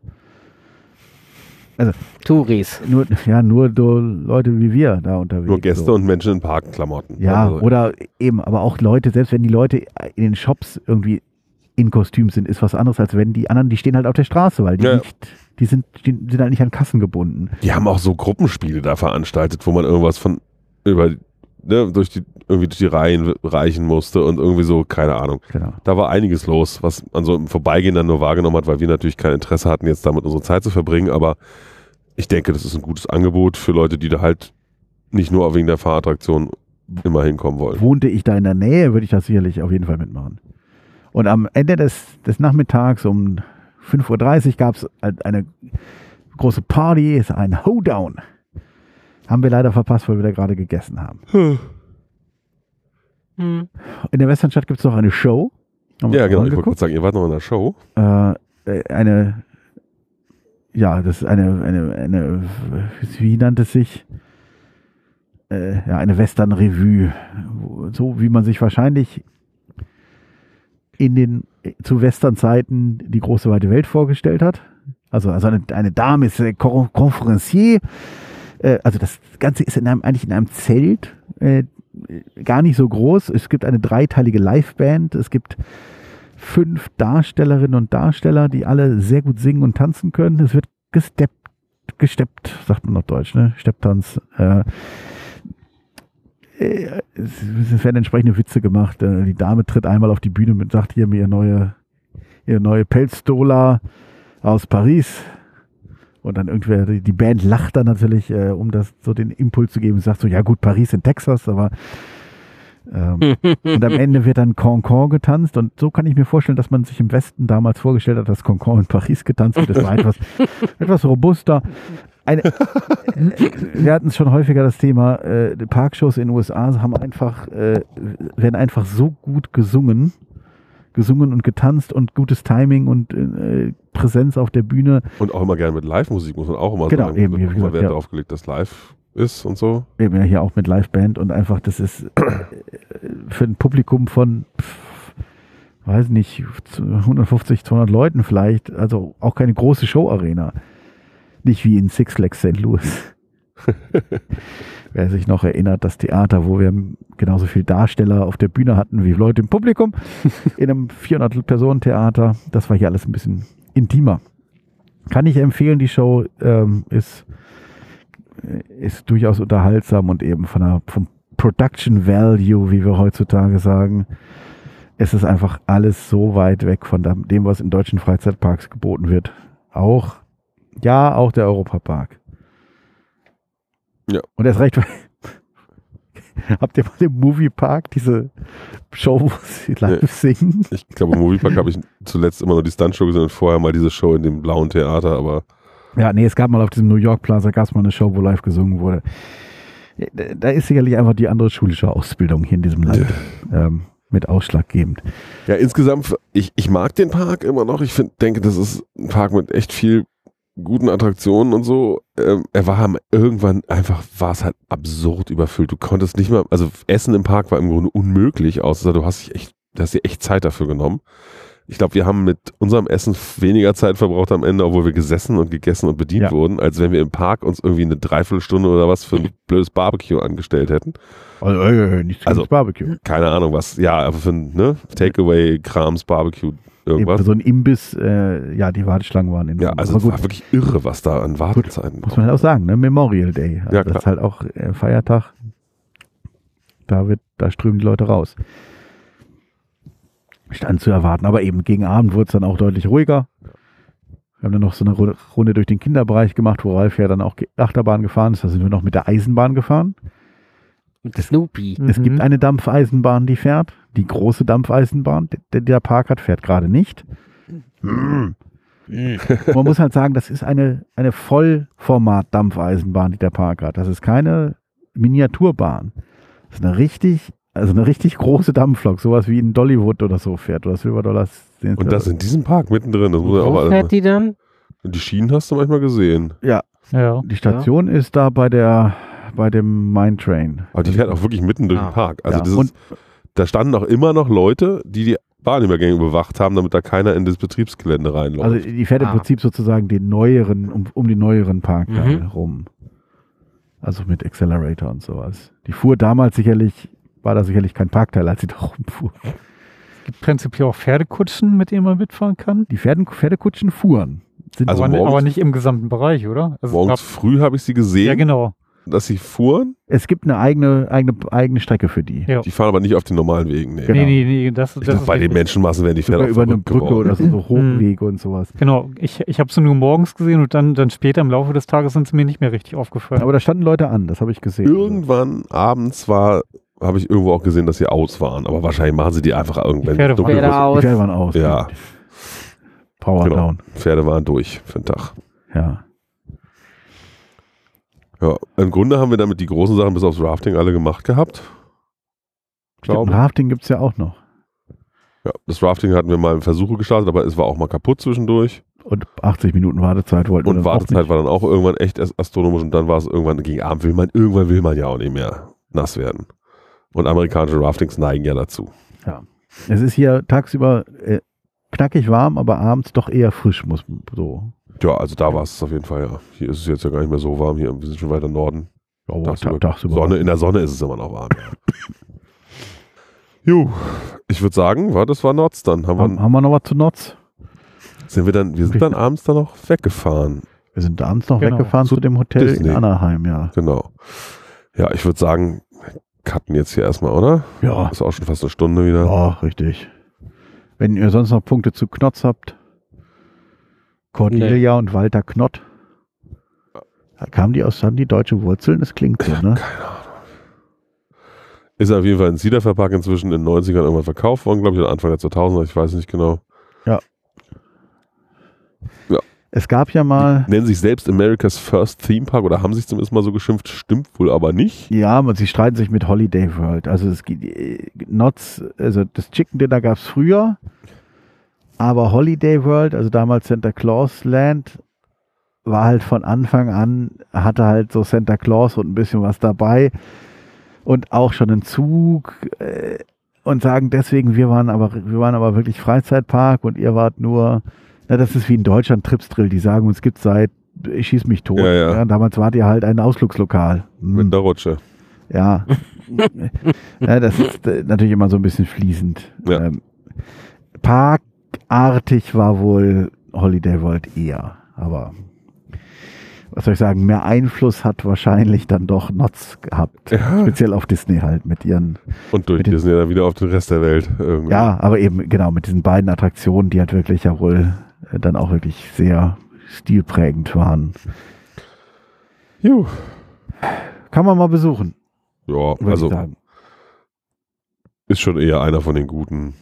D: Touris.
B: nur, ja, nur so Leute wie wir da unterwegs.
A: Nur Gäste
B: so.
A: und Menschen in Parkklamotten.
B: Ja,
A: Also-
B: oder eben, aber auch Leute, selbst wenn die Leute in den Shops irgendwie in Kostüm sind, ist was anderes, als wenn die anderen, die stehen halt auf der Straße, weil die
A: Ja.
B: nicht, die sind, die sind halt nicht an Kassen gebunden.
A: Die haben auch so Gruppenspiele da veranstaltet, wo man irgendwas von über ne, durch die irgendwie durch die Reihen reichen musste und irgendwie so keine Ahnung.
B: Genau.
A: Da war einiges los, was man so im Vorbeigehen dann nur wahrgenommen hat, weil wir natürlich kein Interesse hatten, jetzt damit unsere Zeit zu verbringen. Aber ich denke, das ist ein gutes Angebot für Leute, die da halt nicht nur wegen der Fahrattraktion immer hinkommen wollen.
B: Wohnte ich da in der Nähe, würde ich das sicherlich auf jeden Fall mitmachen. Und am Ende des, des Nachmittags um 5.30 Uhr gab es eine große Party, ein Hoedown. Haben wir leider verpasst, weil wir da gerade gegessen haben.
D: Hm.
B: In der Westernstadt gibt es noch eine Show. Haben wir
A: Ja, genau.
B: uns
A: Ich wollte
B: angeguckt.
A: gerade sagen, ihr wart noch in der Show.
B: äh, eine, ja, das ist eine, eine, eine, wie nannte es sich? Äh, ja, eine Western-Revue. Wo- So wie man sich wahrscheinlich in den, äh, zu Western-Zeiten die große weite Welt vorgestellt hat. Also, also eine, eine Dame ist äh, Cor- Conferencier. Äh, also das Ganze ist in einem, eigentlich in einem Zelt. Äh, gar nicht so groß. Es gibt eine dreiteilige Liveband. Es gibt fünf Darstellerinnen und Darsteller, die alle sehr gut singen und tanzen können. Es wird gesteppt, gesteppt, sagt man auf Deutsch, ne? Stepptanz. Äh, äh, es, es werden entsprechende Witze gemacht. Äh, die Dame tritt einmal auf die Bühne und sagt hier mir ihr neue, ihr neue Pelzdola aus Paris. Und dann irgendwer, die die Band lacht dann natürlich, äh, um das so den Impuls zu geben, sagt so, ja gut, Paris in Texas, aber ähm, und am Ende wird dann Concord getanzt. Und so kann ich mir vorstellen, dass man sich im Westen damals vorgestellt hat, dass Concord in Paris getanzt wird. Das war etwas, etwas robuster. Eine, äh, wir hatten es schon häufiger das Thema, äh, die Parkshows in den USA haben einfach, äh, werden einfach so gut gesungen, gesungen und getanzt und gutes Timing und äh, Präsenz auf der Bühne.
A: Und auch immer gerne mit Live-Musik, muss man auch immer
B: Genau,
A: sagen.
B: eben,
A: Wird
B: wie
A: auch
B: gesagt,
A: immer Wert
B: ja.
A: darauf gelegt, dass live ist und so.
B: eben ja hier auch mit Liveband und einfach, das ist äh, für ein Publikum von, pff, weiß nicht, 150, 200 Leuten vielleicht, also auch keine große Show-Arena. Nicht wie in Six Flags St. Louis. Wer sich noch erinnert, das Theater, wo wir genauso viel Darsteller auf der Bühne hatten wie Leute im Publikum, in einem 400-Personen-Theater, das war hier alles ein bisschen intimer. Kann ich empfehlen, die Show ähm, ist äh, ist durchaus unterhaltsam und eben von der, vom Production Value, wie wir heutzutage sagen, es ist einfach alles so weit weg von dem, was in deutschen Freizeitparks geboten wird. Auch, ja, auch der Europapark.
A: Ja.
B: Und erst recht, [laughs] habt ihr mal im Moviepark diese Show, wo sie live singen?
A: Ich glaube, im Moviepark [laughs] habe ich zuletzt immer nur die Stuntshow gesehen und vorher mal diese Show in dem blauen Theater, aber
B: Ja, nee, es gab mal auf diesem New York Plaza, gab es mal eine Show, wo live gesungen wurde. Äh, Da ist sicherlich einfach die andere schulische Ausbildung hier in diesem Land ähm, mit ausschlaggebend.
A: ja, insgesamt, ich, ich mag den Park immer noch. Ich find, denke, das ist ein Park mit echt viel guten Attraktionen und so. Ähm, er war am- irgendwann einfach, war es halt absurd überfüllt. Du konntest nicht mal, also Essen im Park war im Grunde unmöglich, außer du hast dich echt, du hast dir echt Zeit dafür genommen. Ich glaube, wir haben mit unserem Essen weniger Zeit verbraucht am Ende, obwohl wir gesessen und gegessen und bedient
B: Ja.
A: wurden, als wenn wir im Park uns irgendwie eine Dreiviertelstunde oder was für ein blödes Barbecue angestellt hätten.
B: Also, äh, nichts
A: Also,
B: gegen Barbecue.
A: keine Ahnung was, ja, aber für ein, ne, Takeaway, Krams, Barbecue, irgendwas.
B: Eben so ein Imbiss, äh, ja, die Warteschlangen waren in
A: Ja, also
B: aber
A: es
B: gut,
A: war wirklich irre, was da an Wartezeiten
B: muss man halt auch sagen, ne? Memorial Day. Also
A: Ja,
B: das ist halt auch äh, Feiertag. Da wird, da strömen die Leute raus. Stand zu erwarten, aber eben gegen Abend wurde es dann auch deutlich ruhiger. Wir haben dann noch so eine Ru- Runde durch den Kinderbereich gemacht, wo Ralf ja dann auch Ge- Achterbahn gefahren ist. Da sind wir noch mit der Eisenbahn gefahren.
D: Mit Snoopy.
B: Es
C: Mhm.
B: gibt eine Dampfeisenbahn, die fährt. Die große Dampfeisenbahn, der, der Park hat, fährt gerade nicht. Mhm. Und man muss halt sagen, das ist eine, eine Vollformat-Dampfeisenbahn, die der Park hat. Das ist keine Miniaturbahn. Das ist eine richtig, also eine richtig große Dampflok, sowas wie in Dollywood oder so fährt oder Silver Dollars.
A: Und das in diesem Park mittendrin, das muss ja auch
D: Wo
A: alles.
D: fährt die dann?
A: Und die Schienen hast du manchmal gesehen.
C: Ja.
B: die Station ist da bei der bei dem Mine Train.
A: Aber die fährt auch wirklich mitten durch den
D: Ah.
A: Park. Also
B: Ja,
A: das
B: und-
A: ist, da standen auch immer noch Leute, die die Bahnübergänge bewacht haben, damit da keiner in das Betriebsgelände reinläuft.
B: Also die fährt im
D: Ah.
B: Prinzip sozusagen den neueren, um, um den neueren Park da
D: Mhm.
B: rum. Also mit Accelerator und sowas. Die fuhr damals sicherlich, war da sicherlich kein Parkteil, als sie da rumfuhr.
C: gibt prinzipiell auch Pferdekutschen, mit denen man mitfahren kann.
B: Die Pferden, Pferdekutschen fuhren. Sind
A: Also
C: aber,
A: morgens-
C: aber nicht im gesamten Bereich, oder? Also es
A: Morgens
C: gab-
A: früh habe ich sie
C: ja,
A: gesehen,
C: genau.
A: dass sie fuhren.
B: es gibt eine eigene, eigene, eigene Strecke für die.
C: Ja,
A: Die fahren aber nicht auf den normalen Wegen. Nee.
B: Genau.
C: Nee, nee, nee, das,
A: Ich
C: das
A: glaub,
C: ist
A: bei den
C: richtig.
A: Menschenmassen werden die Pferde
B: Sogar
A: auch
B: über eine
A: verrückt
B: Brücke
A: geworden.
B: oder so,
C: Mhm.
B: so Hochwege und sowas.
C: Genau, ich, ich habe sie nur morgens gesehen und dann, dann später im Laufe des Tages sind sie mir nicht mehr richtig aufgefallen.
B: Aber da standen Leute an, das habe ich gesehen.
A: Irgendwann abends war, habe ich irgendwo auch gesehen, dass sie aus waren. Aber wahrscheinlich machen sie die einfach irgendwann.
C: Pferde
A: dunkel
D: Pferde
A: wird.
B: die
D: aus.
B: Pferde waren aus.
A: Ja,
B: Power
A: Genau.
B: down.
A: Pferde waren durch für den Tag.
B: Ja.
A: Ja, im Grunde haben wir damit die großen Sachen bis aufs Rafting alle gemacht gehabt.
B: Stimmt,
A: Glaube.
B: Rafting gibt es ja auch noch.
A: Ja, das Rafting hatten wir mal in Versuche gestartet, aber es war auch mal kaputt zwischendurch.
B: Und 80 Minuten Wartezeit wollten wir
A: Und
B: dann auch
A: Wartezeit
B: nicht.
A: war dann auch irgendwann echt as- astronomisch und dann war es irgendwann gegen Abend will man, irgendwann will man ja auch nicht mehr nass werden. Und amerikanische Raftings neigen ja dazu.
B: Es ist hier tagsüber äh, knackig warm, aber abends doch eher frisch, muss man so.
A: Ja, also da war es auf jeden Fall, ja. Hier ist es jetzt ja gar nicht mehr so warm, hier, wir sind schon weiter im Norden.
B: Ja,
A: Tagsüber.
B: tagsüber.
A: Sonne, in der Sonne ist es immer noch
B: [laughs]
A: warm. Jo, ich würde sagen, war, das war Notz dann. Haben
B: haben,
A: wir,
B: haben wir noch was zu Notz?
A: sind wir, dann, wir sind dann abends dann noch weggefahren.
B: Wir sind abends noch
C: Genau.
B: weggefahren zu,
A: Zu
B: dem Hotel
A: Disney.
B: in Anaheim, ja.
A: Genau. Ja, ich würde sagen, cutten jetzt hier erstmal, oder?
B: Ja,
A: Ist auch schon fast eine Stunde wieder.
B: ja richtig. Wenn ihr sonst noch Punkte zu Knotz habt, Cordelia und Walter Knott. Da kamen die aus, haben die deutsche Wurzeln? Das klingt so, ne?
A: Ist auf jeden Fall in Siederverpack inzwischen in den 90ern irgendwann verkauft worden, glaube ich, oder Anfang der 2000er, ich weiß nicht genau.
B: Es gab ja mal,
A: Nennen sich selbst America's First Theme Park oder haben sich zumindest mal so geschimpft, stimmt wohl aber nicht.
B: ja, man, sie streiten sich mit Holiday World. Also es gibt äh, Knots, also das Chicken Dinner gab es früher, aber Holiday World, also damals Santa Claus Land, war halt von Anfang an, hatte halt so Santa Claus und ein bisschen was dabei und auch schon einen Zug äh, und sagen deswegen, wir waren aber, wir waren aber wirklich Freizeitpark und ihr wart nur, na, das ist wie in Deutschland Tripsdrill, die sagen uns gibt seit, ich schieß mich tot.
A: Ja, ja.
B: damals wart ihr halt ein Ausflugslokal. Hm.
A: Mit der Rutsche.
B: Ja. ja das ist äh, natürlich immer so ein bisschen fließend.
A: Ja.
B: Ähm, parkartig war wohl Holiday World eher, aber was soll ich sagen, mehr Einfluss hat wahrscheinlich dann doch Notz gehabt.
A: Ja.
B: Speziell auf Disney halt mit ihren,
A: [laughs] Und durch
B: Mit den-
A: Disney dann wieder auf den Rest der Welt. Irgendwie.
B: ja, aber eben genau mit diesen beiden Attraktionen, die halt wirklich ja wohl äh, dann auch wirklich sehr stilprägend waren.
A: Jo.
B: Kann man mal besuchen,
A: Ja,
B: würde ich
A: also
B: sagen.
A: ist schon eher einer von den guten.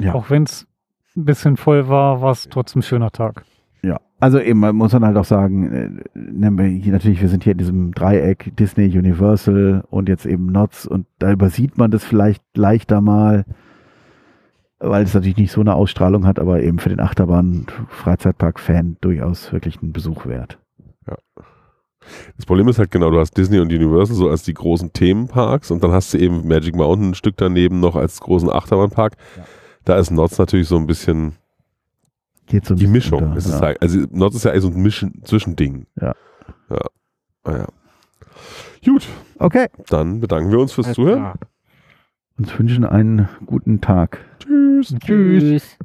B: Ja.
C: Auch wenn es ein bisschen voll war, war es trotzdem ein schöner Tag.
B: Ja, also eben, man muss dann halt auch sagen, äh, nehmen wir hier natürlich, wir sind hier in diesem Dreieck Disney, Universal und jetzt eben Notz und da übersieht man das vielleicht leichter mal, weil es natürlich nicht so eine Ausstrahlung hat, aber eben für den Achterbahn-Freizeitpark-Fan durchaus wirklich einen Besuch wert.
A: Das Problem ist halt genau, du hast Disney und Universal so als die großen Themenparks und dann hast du eben Magic Mountain ein Stück daneben noch als großen Achterbahnpark.
B: Ja.
A: Da ist Notz natürlich so ein bisschen
B: Geht so ein
A: die
B: bisschen
A: Mischung.
B: unter,
A: es ist
B: ja.
A: halt, also Notz ist ja eigentlich so ein Mischen Zwischending.
B: Ja.
A: Ja. Ah, ja. Gut,
B: Okay,
A: dann bedanken wir uns fürs
D: Alles
A: Zuhören.
D: klar.
B: uns wünschen einen guten Tag.
A: Tschüss.
D: Tschüss.